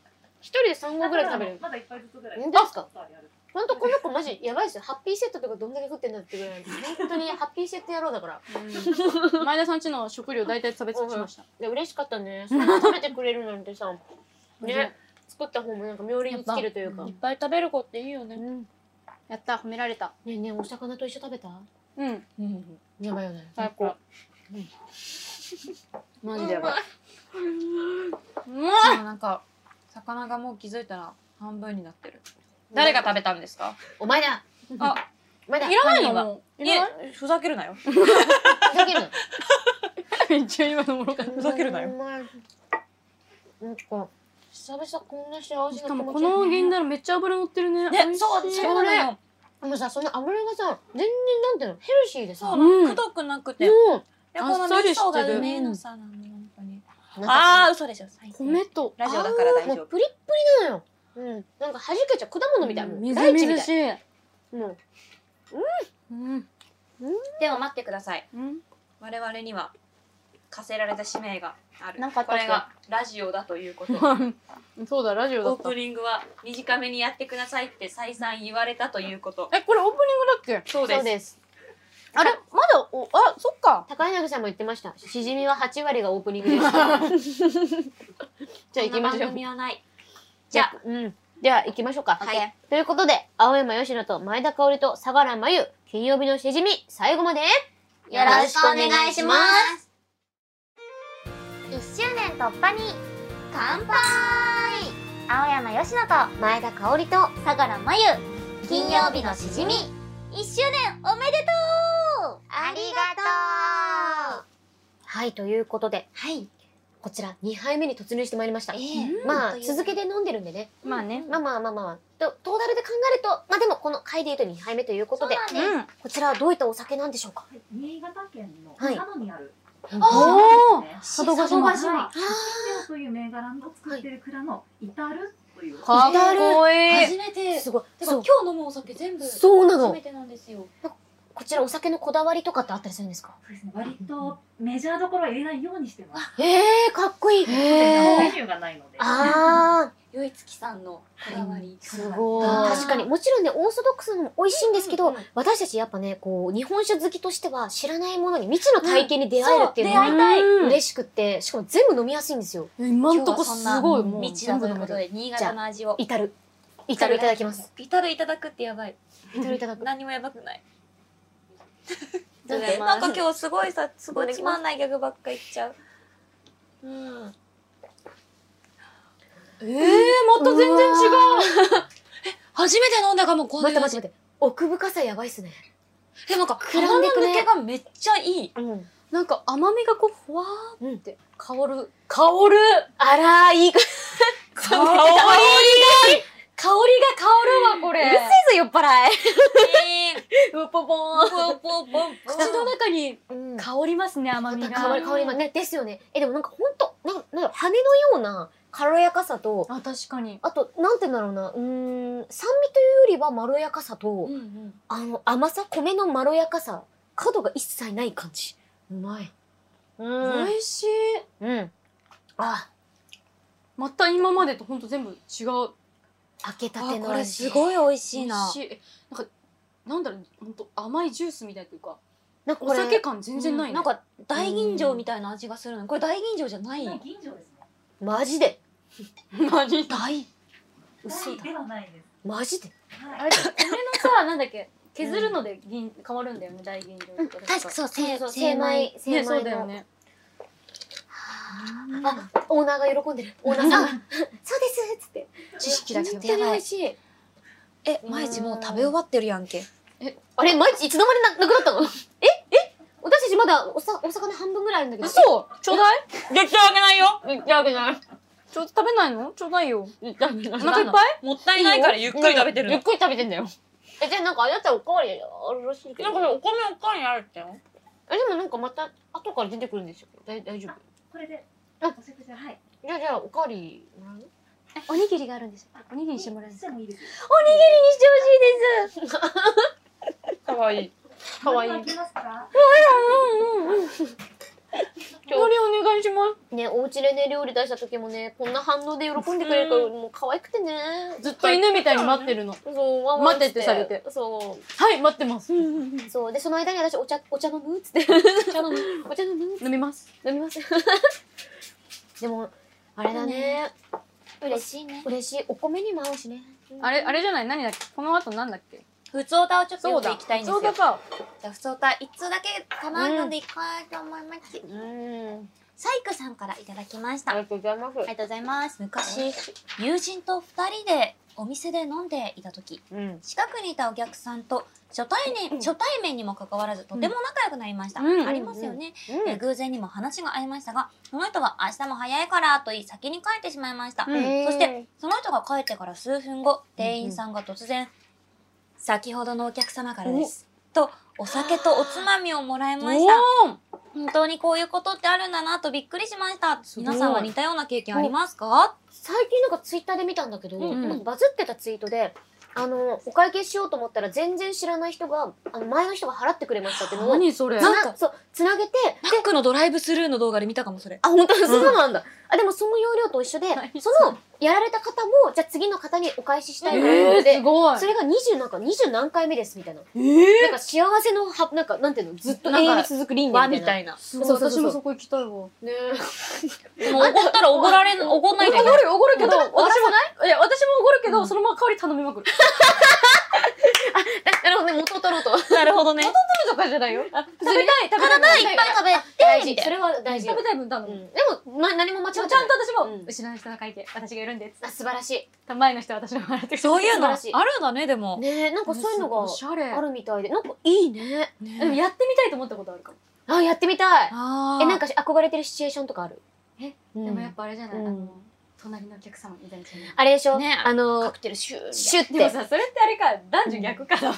S1: 一人で3合ぐらい食べる
S4: まだ一杯ずつぐらい。
S1: 本当ですか
S4: あやる
S1: 本当この子マジやばいですよハッピーセットとかどんだけ食ってんだってぐらい本当にハッピーセット野郎だから
S3: (laughs) 前田さんちの食料大体食べ尽くしました
S1: で嬉しかったねそんな食べてくれるなんてさね作った方もなんか妙輪に尽きるというか、
S2: いっぱい食べる子っていいよね
S1: うんね
S3: やった褒められた
S1: えねえお魚と一緒食べた
S3: うん
S1: やばいよね
S3: 最高
S1: マジでやばい
S5: なんか魚がもう気づいたら半分になってる誰が食べたんですか
S1: お前だ
S3: (laughs)
S5: あ
S1: お前だ
S5: いらないの
S3: 今
S5: も
S3: も
S5: ういえふざけるなよ
S1: ふざけるな
S3: めっちゃ今のもろかっ
S1: ふ
S5: ざけるなよ
S1: なんか久々こんな幸
S3: たし
S1: せな気
S3: かも
S1: 持
S3: こ
S1: ち
S3: の銀だらめっちゃ脂乗ってるね美
S5: ね
S3: 味しい
S5: そうそうなのよ
S1: もうさその脂がさ全然なんていうのヘルシーでさ
S5: そう
S1: も
S5: なのくどくなくてで
S1: う
S5: この
S3: あっさ
S5: 味
S3: りして
S5: 噌
S3: る
S5: がうめえのさなの本当に
S1: あ
S5: あー嘘でしょ最低
S3: 米と
S5: ラジオだから大
S1: も
S5: 丈
S1: うプリップリなのようんなんか弾けちゃう果物みたいもう
S3: みず
S1: 大
S3: み
S1: 地み
S3: ず
S1: た
S3: し
S1: い
S3: い
S1: も
S3: うん
S5: 夫でも待ってください
S3: うん
S5: 我々には課せられた使命がある
S3: なんかあった
S5: こ
S3: っけ
S5: れがラジオだということ
S3: そうだラジオだ
S5: オ
S3: っ
S5: ー
S3: た
S5: プニングは短めにやってくださいって再三言われたということ
S3: えこれオープニングだっけ
S5: そう
S1: うそう
S5: です
S1: です
S3: あれまだおあそっか
S1: 高柳さんも言ってましたしじみは8割がオープニングですじ
S5: (laughs)
S1: (laughs) ゃあ行きま
S5: こん
S1: し
S5: な番
S1: ょう
S5: 組はない
S1: じゃあうんでは行きましょうか
S5: はい
S1: ということで青山佳乃と前田香織と相良真由金曜日のしじみ最後まで
S5: よろしくお願いします
S2: 1周年突破に乾杯青山佳乃と
S1: 前田香織と
S2: 相良真由金曜日のしじみ1周年おめでとうありがとう
S1: はいということで
S2: はい
S1: こちら2杯目に突入してまいりました、
S2: え
S1: まあ
S2: うん
S1: 続けて飲んでるんでね
S5: まあね
S1: まあまあまあまあ、とトータルで考えるとまあでもこの回で言うと2杯目ということで
S2: そうなん
S1: こちらはどういったお酒なんでしょうか
S4: 新潟県の
S1: はい
S4: 佐渡にある。
S3: おお
S4: です
S3: 佐渡島
S4: ね。はい。新という銘柄の作ってる蔵のイタルという。
S3: かっこいい
S2: 初めててか
S1: すごいそう
S2: 今日飲むお酒全部初
S1: そうなの
S2: めてなんですよ
S1: こちらお酒のこだわりとかってあったりするんですか
S4: そうですね。割とメジャーどころは入れないようにしてます。
S1: ええかっこいい
S4: メニューがないので。
S1: あー
S2: よいつきさんのこだわり
S1: すごい
S3: あー
S1: 確かにもちろんねオーソドックスなのも美味しいんですけど、
S2: うんうん
S1: 私たちやっぱねこう日本酒好きとしては知らないものに未知の体験に出会えるっていうの
S2: そう出会
S1: が
S2: いたい
S3: うん
S1: 嬉しくってしかも全部飲みやすいんですよ
S3: 今んとこすごいもう
S5: 道だということで新潟の味を
S1: 至る至るいただきます
S5: イタルいただくってやばい
S1: 至るいただく
S5: 何にもやばくない
S1: なん
S2: で
S1: か
S5: なんか今日すごいさすごいつまんないギャグばっか言っちゃううん
S3: えーまた全然違う
S5: 初めて飲んだかもこの
S1: 待って待って待って奥深さやばいっすね
S5: でなんか
S1: 膨らんでいくね
S5: 鼻の抜けがめっちゃいい
S1: うん
S3: なんか甘みがこうふわ
S1: う
S3: ーっ
S1: ん
S3: て香る香る
S1: あらいい
S5: 香りが
S2: 香りが香るわ、これ。うるせ
S1: いぞ酔っ払い。
S2: え。ポポン。ポポポン。
S3: 口の中に
S1: うん
S3: 香りますね甘みが
S1: 香り香りがねですよねえでもなんかほんとなんかなんか羽のような軽やかさと
S3: あ確かに
S1: あとなんて言うんだろうなうーん酸味というよりはまろやかさと、
S2: うんうん。
S1: あの甘さ米のまろやかさ角が一切ない感じうまいうん
S3: 美味しい
S1: うんあ
S3: また今までとほんと全部違う
S1: 開けた
S2: あ
S1: て、の
S2: これ
S1: 味
S2: すごい美味しい
S3: 美
S2: な
S3: 味。しいえなんかなんだろうほんと甘いジュースみたいというか
S1: なんかこ
S3: お
S1: れ
S3: 酒感全然ない、ね
S2: なんか大吟醸みたいな味がするの。これ大吟醸じゃない。
S4: ない銀醸ですね。
S1: マジで
S3: (laughs) マジで
S2: 大。
S4: 大ではないです。
S1: マジで
S4: はい
S3: あ。れ米のさなんだっ (laughs) け削るので銀変わるんだよね大銀醸とか
S1: 確かそう精
S2: そう
S1: 精米精
S3: ねそ
S1: 米
S3: うだよ
S1: の、
S3: ね
S1: あオーナーが喜んでるオーナーさんそうですっつって
S2: 知識だけど。
S1: 本当に美味
S2: しい。え、毎日もう食べ終わってるやんけ。
S1: あれ毎日いつの間にななくなったのええ私たちまだおさお魚半分ぐらいあるんだけど
S3: そうちょうだい
S2: 絶対あげないよ。
S1: いやべない
S3: ちょう食べないのちょうだいよ
S2: お
S3: お腹いっぱい
S5: もったいないからゆっくり食べてる
S1: ゆ
S5: の
S1: っくり食べてんだよえじゃあなんかあやちゃんおかわりあるらしいけど
S5: なんかねお米おかわりあるってよ
S1: えでもなんかまた後から出てくるんですよ大大丈夫
S4: これで。
S1: あ
S4: お食事ははい。
S1: じゃあじゃあおかわりもらう
S3: おにぎりがあるんですおにぎりにしてもらえる
S4: してもいいですか。
S5: かわいい
S1: かわいい
S4: 開けますか。
S3: 料理お願いしま
S1: ねお家でね料理出した時もねこんな反応で喜んでくれるからもう可愛くてね
S3: すずっと犬みたいに待ってるの
S1: そうワンワン
S3: 待ってってされて
S1: そ
S3: はい待ってます飲
S1: うそうでその間に私お茶お茶飲むっつって (laughs) お茶飲む
S3: みます
S1: 飲みます (laughs) でもあれだね嬉しい
S2: しいね。
S1: 嬉しいお米にも合うしね
S3: あれあれじゃない何だっけこの後なんだっけ
S2: 普通歌をちょっと読んでいきたいんです
S3: そうだ
S2: よ。
S3: か
S2: じゃあ普通歌一通だけかな読んでいきたいと思います。
S1: うん
S2: サイクさんからいただきました。
S1: ありがとうございます
S2: ありがとうございます。昔、友人と二人でお店で飲んでいた時、
S1: うん
S2: 近くにいたお客さんと初対面、初対面にもかかわらず、とても仲良くなりました。
S3: うん
S2: ありますよね、
S1: うん
S2: えー偶然にも話が合いましたが、その人は明日も早いからと言い先に帰ってしまいました。
S1: うん
S2: そして、その人が帰ってから数分後、店員さんが突然、先ほどのお客様からです。と、お酒とおつまみをもらいました。本当にこういうことってあるんだなとびっくりしました。
S3: ごい
S2: 皆さんは似たような経験ありますか？
S1: 最近なんかツイッターで見たんだけど、
S3: うんうん
S1: なんかバズってたツイートであのお会計しようと思ったら全然知らない人があの前の人が払ってくれましたっていうのを
S3: 何それ
S1: つな
S2: なんか
S1: そうつなげて
S2: マックのドライブスルーの動画で見たかもそれ。
S1: あ本当にそうなんだ、あでもその要領と一緒でそのやられた方もじゃあ次の方にお返ししたいなと思って、
S3: えー、すごい
S1: それが20なんか20何回目ですみたいな、
S3: えー
S1: なんか幸せのはなんかなんていうのずっと
S2: なん
S1: 永
S2: か
S1: 遠に続く輪
S2: わ
S1: 廻
S2: み
S1: みた
S2: た
S1: い
S2: いな。
S3: す
S1: ごい私もそ
S3: こ行きたいわ。
S1: なね
S2: でもおごったらおごら (laughs) れんおごんない
S3: お
S2: で
S3: ご。るよ、おごるけど、私も
S1: 渡さ
S3: いや、私もおごるけ
S2: う
S3: ど、
S2: ん
S3: そのまま代わり頼みまくる。
S1: なるほどね元を取ろうと
S2: なるほどね。
S3: とかじゃないよ。食べたい、食べたい。
S1: いっぱい食べて大事それは大事よ
S3: 食べたい分頼
S1: う
S3: む。
S1: んでも、ま、何も間違っ
S3: ち
S1: て
S3: ゃ
S1: なんい
S3: と私も、
S1: うん
S3: 後ろの人の会計、私がいるんで、
S1: あ素晴らしい
S3: 前の人は私の払ってくれる
S2: そういうのある
S1: 素晴らしい
S2: んだねでも。
S1: ねえなんかそういうの
S3: お
S1: が
S3: しゃれ。
S1: あるみたいでなんかいいね
S3: でもやってみたいと思ったことあるかも。
S1: あやってみたい
S2: あ
S1: えなんか憧れてるシチュエーションとかある
S3: え
S1: うん
S3: でもやっぱあれじゃない、
S1: うん
S3: あの、隣のお客様みたいな感じ。
S1: あれでしょ
S2: ね
S1: あの
S2: カクテルシュー。
S1: シュって
S3: でもさ、それってあれか、男女逆かな。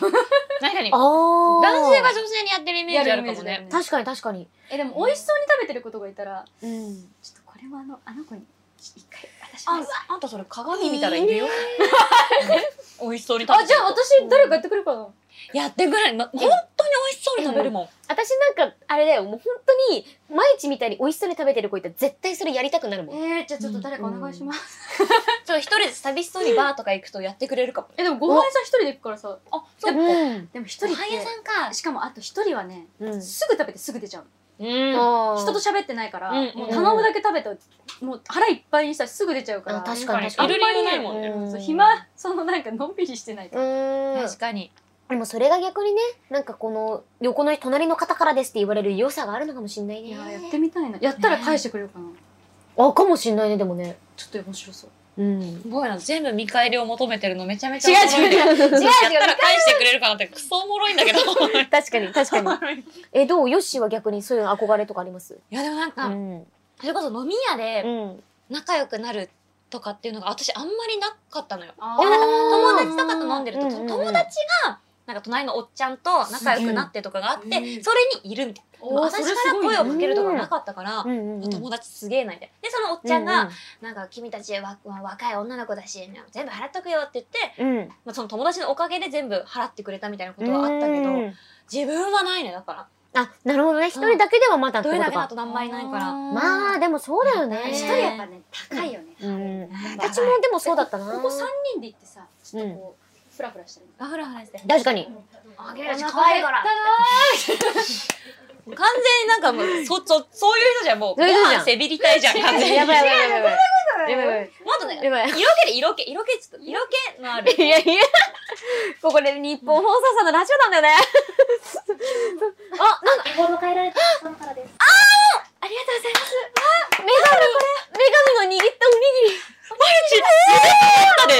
S2: 何何
S1: あ。ー
S2: 男性が女性にやってるイメージあるかも
S3: やイメージだよ
S2: ね。
S1: 確かに確かに
S3: え、でも美味しそうに食べてる子とかいたら、
S1: うん
S3: ちょっとこれはあの、あの子に、一回渡し
S2: あ
S3: ます。
S2: あんたそれ鏡見たらいるよ。 (laughs) 美味しそうに食べ
S3: あ、
S2: て
S3: じゃ
S2: る
S3: あ私、誰かやってくるかな。
S2: やってくれない。ま本当に美味しそうに食べるもん。
S1: 私なんかあれだよもう本当に毎日みたいに美味しそうに食べてる子いたら絶対それやりたくなるもん
S3: えー、じゃあちょっと誰かお願いします。
S2: そう一人で寂しそうにバーとか行くとやってくれるかも。
S3: えでもご飯屋さん一人で行くからさ
S2: あ、
S3: そ
S2: でも
S1: うん
S3: でも一
S2: ご
S3: 人って
S2: 飯屋さんか。
S3: しかもあと一人はね、
S1: うん
S3: すぐ食べてすぐ出ちゃう
S2: うん
S1: あー
S3: 人と喋ってないから、
S2: うんうん
S3: もう頼むだけ食べたらもう腹いっぱいにしたらすぐ出ちゃうから
S1: あ確
S3: に
S1: かに確かに
S2: いる理由ないもんね
S1: うん
S3: そう暇 (laughs) そのなんかのんびりしてないと、
S1: うん
S2: 確かに。
S1: でもそれが逆にねなんかこの横の隣の方からですって言われる良さがあるのかもしんない
S3: い
S1: ね
S3: やーやってみたいなやったら返してくれるかな、
S1: あかもしんないねでもね
S3: ちょっと面白そう
S1: うん
S2: すごいな。全部見返りを求めてるのめちゃめちゃ
S3: 違う
S2: 面白い。
S3: 違う違う違う
S2: やったら返してくれるか (laughs) なってクソおもろいんだけど。い
S1: 確かに確か
S2: (laughs)
S1: に。えどうヨッシーは逆にそういう憧れとかあります？
S2: やでもなん
S1: う
S2: か、
S1: ん
S2: それこそ飲み屋
S1: う
S2: で
S1: ん
S2: 仲良くなるとかっていうのが私あんまりなかったのよ。
S3: あ
S2: でもなんか友
S3: ー
S2: 達とかと飲んでると、
S1: うんうんうん
S2: 友達がなんか隣のおっちゃんと仲良くなってとかがあって、
S5: すげえ
S2: それにいるみたいな。
S3: おー
S2: 私
S3: そ
S2: か
S3: れす
S2: ら
S3: ごいね
S2: 声をかけるとかなかったから、
S1: うんうんうん
S2: お友達すげえなみたいな。でそのおっちゃんが、なんか君たちはわ若い女の子だし全部払っとくよって言って、
S1: うんうん
S2: まあ、その友達のおかげで全部払ってくれたみたいなことはあったけ
S1: う
S2: ど
S1: ん
S2: 自分はないねだか
S1: あなるほどね一人だけではまだっ
S2: ら
S1: てこ
S2: ど
S1: と
S2: れだけだ
S1: か
S2: と何倍ないから
S1: まあでもそうだよね
S2: 一
S6: 一
S2: 人
S6: 人
S2: や
S6: や
S2: っ
S6: っ
S2: ぱ
S6: ぱね高いよね。
S1: うん私もでもそうだったな
S3: ここ三人で行ってさ、ちょっとこう、フラフラしてる。
S2: あふらふらして完
S1: 確かに
S6: あげるし可愛いから。
S2: 全になんかもうそそそういう人じゃんもうご
S1: そういう人じゃん
S2: 飯せびりたいじゃん完全に
S1: やばいやばいやばいや
S6: や
S1: ばい
S6: ばいやばい
S2: もっとね
S1: やばい
S2: 色気で色気色気ちょっと色気のある
S1: いやいや、ここで日本放送さんのラジオなんだよね。
S6: 絵本の変えられた人からです。
S2: ありがとうございます
S1: 女神、女神の握ったおにぎ
S2: あれ
S1: り。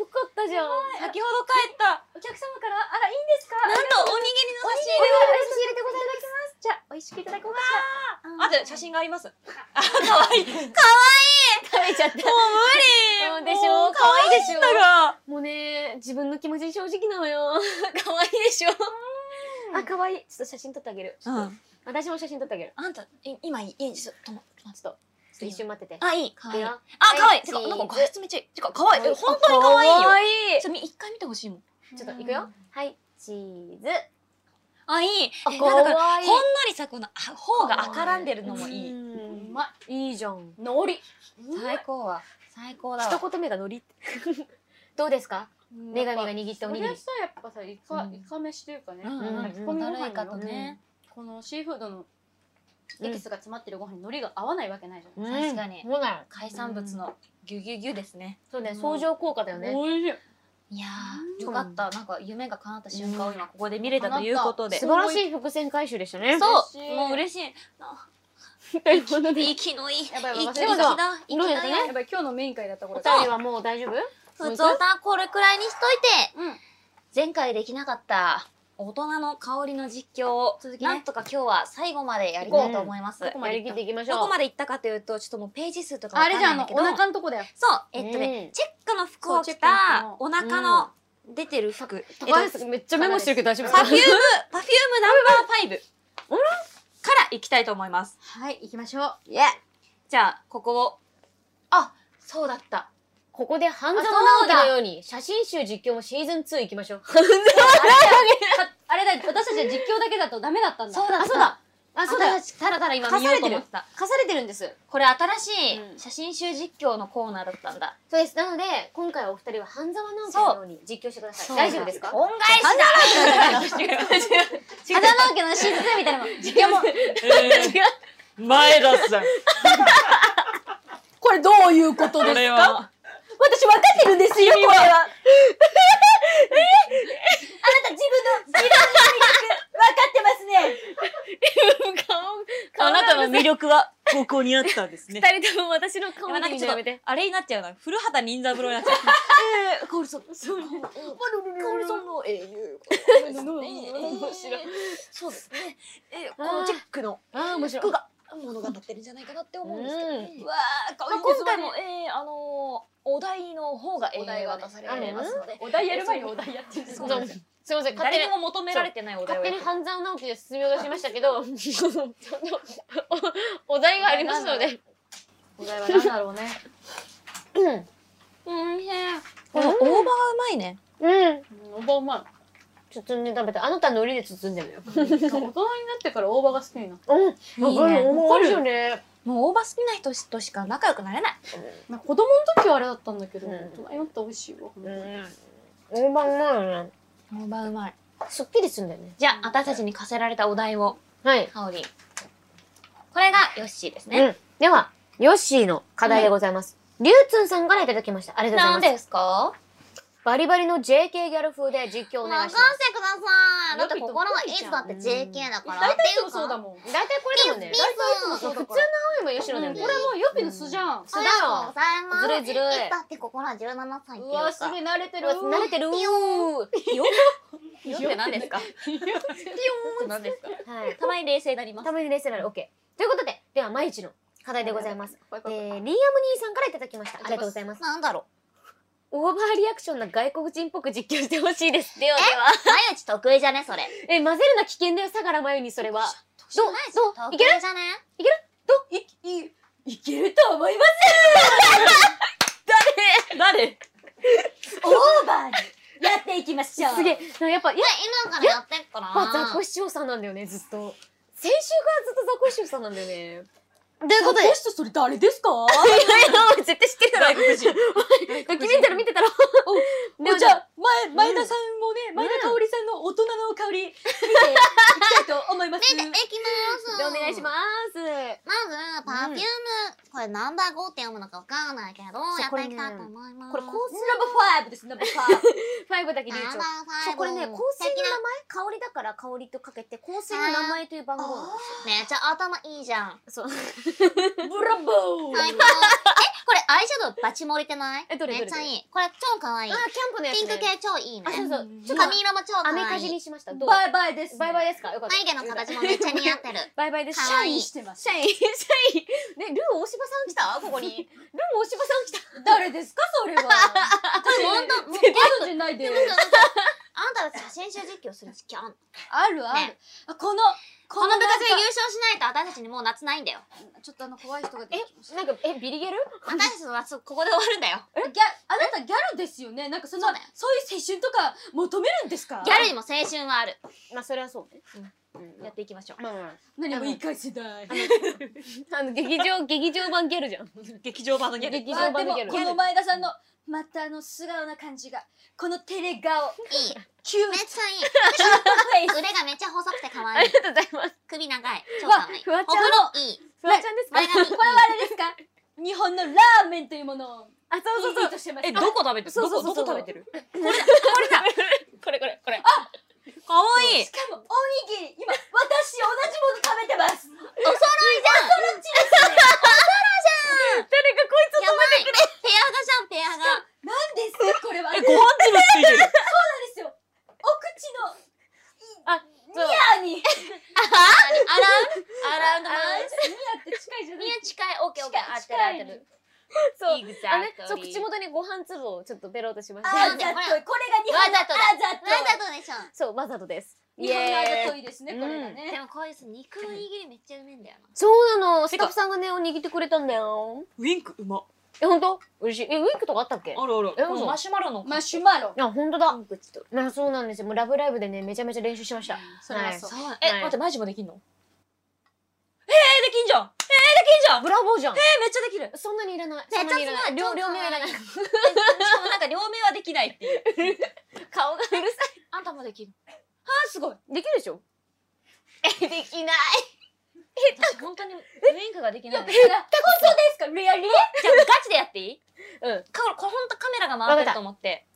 S1: よかったじゃん。
S2: 先ほど帰った
S6: お客様からあらいいんですか。
S2: なんとおにぎりの写真
S6: 差し入れでございます。じゃあ美味しくいただこうかし
S2: あと写真がありますあかわいい
S1: 食べちゃった。
S2: 無
S1: うん
S2: 理
S1: でしょ可愛いでしょ
S2: だが
S1: もうね、自分の気持ちに正直なのよ。
S2: 可愛いでしょ
S1: あ、可愛い。ちょっと写真撮ってあげる。
S2: うん
S1: 私も写真撮ってあげる。
S2: あんた、い今いい、いい、ちょっと、とも、
S1: ちょっと、ちょっと一瞬待ってて。
S2: あ、いい、かわいい。あ、
S1: あ、
S2: かわい
S1: はい
S2: い。てか、
S1: チーズ
S2: なんか画質めっちゃいい。てか、かわいい。え
S1: あ
S2: 本当にかわいいよ。
S1: かわい
S2: ちょみ一回見てほしいもん。
S1: ちょっと行くよ。はい、チーズ。
S2: あ、いい。え
S1: 可
S2: なんか、
S1: 愛い
S2: ほんのりさ、この、あ頬が赤らんでるのもいい。
S1: うん
S3: うま
S1: いいじゃん。
S3: い。のり。
S2: 最高は。最高だわ。
S1: 一言目がノリって。 (laughs) どうですか女神が握ったおにぎり
S3: それ。さやっぱさイカ、
S2: うん
S3: イカ飯というかね、
S2: うん
S1: うん
S3: 炊き込みご
S2: だる
S3: 飯
S2: いかと
S3: の
S2: ね。
S3: このシーフードのエキスが詰まってるご飯に海苔が合わないわけないじゃん、
S2: 確かに
S1: うんそうだよ。
S2: 海産物のぎゅぎゅぎゅですね。
S1: そうね、
S3: うん
S1: 相乗効果だよね。
S3: おいしい
S2: いや
S1: うん
S2: ー、よかった。なんか、夢が叶った瞬間を今、ここで見れたということで。
S1: 素
S2: そ
S1: 晴らしい伏線回収でしたね。
S3: 嬉し
S2: う、
S3: い
S2: もう嬉しい。あ
S1: ということで、
S2: 息のいい。
S3: やばいやばい
S2: 息
S3: で
S2: の
S3: も
S2: いい
S1: さ
S2: だ。息
S1: どう
S2: のい
S1: で
S2: い
S1: すかね
S3: やばい今日のメイン会だったこ
S1: お
S3: れ
S1: 二人はもう大丈夫
S2: 普通だこれくらいにしといて、
S3: うん
S2: 前回できなかった大人の香りの実況を、
S3: ね
S2: なんとか今日は最後までやりたいと思います、
S3: 行こう
S1: やりきっていきましょう。
S2: どこまで行ったかというとちょっともうページ数とかわ
S3: あ
S2: か
S3: れ
S2: ん
S3: じゃ
S2: ない
S3: ん
S2: ん
S3: あ
S2: だ
S3: の
S2: け
S3: お
S2: ど
S3: 腹のとこだよ
S2: そうえっとね、
S1: うん
S2: チェックの服を着
S3: そ
S2: た
S3: う
S2: お腹の出てる服、えっと
S1: 高橋さんめっちゃメモしてるけど大丈夫
S2: パフュームパフュームナンバーファイブから行きたいと思います
S3: はい行きましょう
S2: じゃあここをあそうだった
S1: ここで半沢直樹のように写真集実況もシーズン2行きま (laughs) しょう。
S3: あれだよ私たちは実況だけだとダメだったんだ
S2: そうだ
S1: あ、そうだあ、
S2: あ
S1: そ
S2: そうう
S1: だ
S2: だただただ今
S1: 見
S2: 見よ
S1: よう
S2: う
S1: と
S2: と
S1: 思
S2: 思
S1: っ
S2: ってた
S1: 課されてるんです。
S2: これ新し
S3: うん
S2: い写真集実況のコーナーだったんだ。
S1: そうです。なので、今回はお二人は半沢直樹のように実況してください。大丈夫ですか
S2: 恩返しだ違う違う違う。
S1: 半沢直樹のシーズン2みたいなのも実況も。
S5: 前田さん。
S3: これどういうこと
S5: これは。
S3: 私分かってるんですよこれは
S5: あ
S2: (laughs)
S5: なたの魅力はここにあったんですね。
S1: 二人とも私の顔
S2: やばいなんかちょっとあれになっちゃうな。古畑任三郎になっちゃう。
S3: カオルさんの英雄面白い
S2: そうですね。え
S1: このチェッ
S2: クの
S1: あー、面白い。
S2: 物語ってるんじゃないかなって思
S1: うんですけどね
S2: わあ今回もえーあのーお題の方がお題が渡されてますので。
S3: お題やる前にお題やってる
S2: そうなんです
S1: いません、勝手に
S2: 誰にも求められてないお題
S1: 勝
S2: を
S1: 手
S2: やっ
S1: に
S2: て。
S1: 半沢直樹で進めようとしましたけど (laughs) おお題がありますので
S3: お題は何だろうね
S1: うん
S2: この大葉がうまいね。
S1: うん
S3: おばうまい
S1: 包んで食べたあなた海苔で包んでるよ
S3: 大人になってから大葉が好きになった
S1: うん
S2: いいね
S1: わかるよね
S2: もう大葉好きな人としか仲良くなれない。
S3: なんか子供の時はあれだったんだけど、
S1: うん
S3: 大人になって美味しいわ、
S1: うん大葉うまいよね
S2: 大葉うまい。
S1: すっきりするんだよね
S2: じゃあ、私たちに課せられたお題を、
S1: はい、
S2: かおりん。これがヨッシーです
S1: う
S2: ね。
S1: んではヨッシーの課題でございます、りゅうつんさんからいただきましたありがとうご
S2: 何
S1: ざいます
S2: ですか
S1: バリバリの JK ギャル風で実況お
S2: 任
S1: 願いし
S2: せ
S1: ます
S2: てください。だって心はいつだって JK だから。
S3: 大体い
S2: ってい
S3: つも
S2: うか
S3: そうだもん。
S1: 大体これだもんね
S2: ピン
S3: も
S2: ピン
S3: そうだ
S1: 普通
S3: か
S1: の
S3: ら
S1: 青山吉野だよね
S3: これもうヨピの素じゃん。
S1: そうだ
S2: ありがとうご
S1: よ
S2: ざいま
S1: ず
S2: す。
S1: るいずるい
S2: いつだって心は17歳っていううか。
S3: わ、すごい慣れてる。
S1: 慣れてる
S2: ピヨンって何ですかピヨンって何ですか
S1: はい
S2: たまに冷静になります。
S1: たまに冷静なら OK。ということで、では、毎日の課題でございます。えー、リーアム兄さんからいただきました。ありがとうございます。
S2: なんだろ
S1: オーバーリアクションな外国人っぽく実況してほしいです。ではでは。
S2: う。眉打ち得意じゃね、それ。
S1: え、混ぜるな危険だよ、相良真由にそれは。どうどう
S2: 得
S1: い
S2: 意
S1: ける
S2: じゃね。
S1: どう
S3: いけると思います誰
S2: オーバーにやっていきましょう。
S1: すげえ。なんかやっぱ、いや、
S2: 今からやってっから。
S1: やっぱザコシショウさんなんだよね、ずっと。先週からずっとザコシショウさんなんだよ (laughs) ね。ということで、いや
S3: こ人それ誰です
S1: (laughs)
S3: か
S1: いや、絶対知ってるだろ。(laughs)
S3: 国
S1: ド
S3: 人
S1: キュメンタル見て (laughs) たら。
S3: もうじゃあ前前田さんもね、
S1: ん
S3: 前田香織さんの大人の香り見ていきたいと思います。
S2: で、いきます。
S1: でお願いします。
S2: まず、パフューム、これナンバー5って読むのかわかんないけど、
S1: う
S2: や
S1: こ
S2: っ
S1: れね
S2: ていきたいと思います。
S1: これ、香水、
S3: ナンバーファイブですナンバーファイブ。
S1: ファイブだけ流
S2: ナン
S1: 暢
S2: バ。ー
S1: そう、
S2: 5。
S1: これね、香水の
S2: 的
S1: 名
S2: な
S1: 前香りだから香りとかけて、香水の名前という番号。
S2: めっちゃ頭いいじゃん。はい、
S1: そう。
S3: ブラボ
S1: (laughs)
S3: ー。
S2: 最高。え、これアイシャドウバチ盛りてない
S1: えどれどれ
S2: めっちゃいい。これ超可愛い
S1: あ。ー、キャンプのやつ、ね。
S2: ピンク系超いいね
S1: あ、。そうそう。ちょっと
S2: 髪色も超可愛
S1: 雨か
S2: い
S1: じ。にしました。どう
S3: バイバイです。
S1: バイバイですかよかった。
S2: 眉毛の形もめっちゃ似合ってる。
S1: バイバイです。
S2: 可愛い
S3: してま
S1: (laughs)
S3: す。
S1: シャイン、シャイン。ね、ルー大柴さん来たここ (laughs) に。ルー大柴さん来た。
S3: 誰ですかそれ
S1: (laughs)
S3: は。
S2: ほんと、もう
S3: ゲストじゃないで。
S2: あんたたち写真集実況する時期あんの
S3: あるある
S2: ね。
S3: あこの
S2: こ
S3: こ
S2: の
S3: の
S2: 部活
S3: なんか
S2: で優勝しないと私たちにもう夏ないんだよ。
S3: ちょっとあの怖い人が出てきまし
S1: え、なんか、え、ビリゲル
S2: 私たちの夏ここで終わるんだよ。
S3: た。ギャあなたギャルですよね。なんかそ
S2: そ
S3: のそう
S2: だ
S3: う
S2: よ
S3: いう青春とか求めるんですか。
S2: ギャルにも青春はある。
S1: まあ、それはそうね。うん。や
S2: やっていきましょう。
S1: まあまあ
S3: 何も言い返せない。
S1: まあ。あの、劇場、劇場版ギャルじゃん。
S3: 劇場版の
S1: ギャル
S3: 劇場版のギャル。
S1: ギャル
S3: この前田さんのまたあの素顔な感じがこの照れ顔
S2: いい。
S3: キュー
S2: めっ
S3: ト
S2: ちゃい
S1: (laughs)
S2: (laughs) い。
S3: フェイス。
S2: 腕がめっちゃ細くて可
S1: あ
S2: 愛い
S1: り。がとうございます。
S2: 首長い。超可愛い。
S1: うわフワ
S2: ほ
S1: ちゃん
S2: くろいい。
S1: フワちゃんです
S2: 前髪。
S3: これはあれで
S1: (laughs)
S3: すか。日本のラーメンというものを
S1: あ、そうそう
S3: い
S1: そ。
S3: いうとしてます。
S1: えど
S3: こ食べて
S1: るどこどこ食べて
S3: る？
S1: これこれ、これ。
S2: 可愛い。
S3: しかもおにぎり今私同じもの食べてま
S2: お
S3: す。
S2: 揃いじゃん。
S1: 誰かこい
S2: やばい。ペアがじゃん、ペアが。
S3: なんですかこれは。
S4: ご飯粒ついてる。
S3: ですよ。お口の
S1: あそう
S3: ニヤに。ニ
S2: アラウン、アラウンドマウス。
S3: ヤって近いじゃない
S2: いや、近い。オッケー、オッケー。合ってる、合っ
S3: 近い
S1: つ
S2: てる。
S3: 近い
S1: そう。
S2: イグ
S1: あね、
S2: ザ
S1: そ
S2: ク
S1: う、
S2: トリー
S1: 口元にご飯粒をちょっとベローとしまし
S3: あ
S1: た。
S3: ざとい。これが日本の
S2: わざとだ
S3: あざとい。
S2: なんだとでしょう。
S1: そう、わざとです。
S3: 日本のあざと
S1: イエーイ
S3: いですね、これが
S2: で
S3: ね。
S2: もこういうさ肉おにぎりめっちゃうめえんだよな。
S1: そうなの。ス
S4: て
S1: タッ
S4: か
S1: フさんがね、お握ってくれたんだよ。
S4: ウィンクうま。
S1: え、ほんと嬉しい。え、ウィンクとかあったっけ
S4: あるある。
S1: え、嘘
S3: シュマロの。マシュマロ。
S1: あ、本当だ。まあ、そうなんですよ。もうラブライブでね、めちゃめちゃ練習しました。
S3: それはそう。
S2: う。
S1: え
S3: 待って、マジもできんの
S4: えできんじゃん。
S1: ブラボーじゃん。
S3: え、めっちゃできる。
S1: そんなにいらない。
S2: め
S1: そ
S2: っ
S1: ん
S2: ち
S1: な
S2: ゃ
S1: にいらない。
S2: すご
S1: 両
S2: い
S1: 両目はいらない。
S3: しかもなんか両目はできないっていう。
S1: 顔がうるさ
S3: あんたもできる。あー、すごい。
S1: い。できるでしょえ、できない。
S3: 私本当にウインクができない。いや、本当ですかリアリ
S2: じゃあガチでやっていい
S1: うん。
S2: かこれほんとカメラが回ってると思って。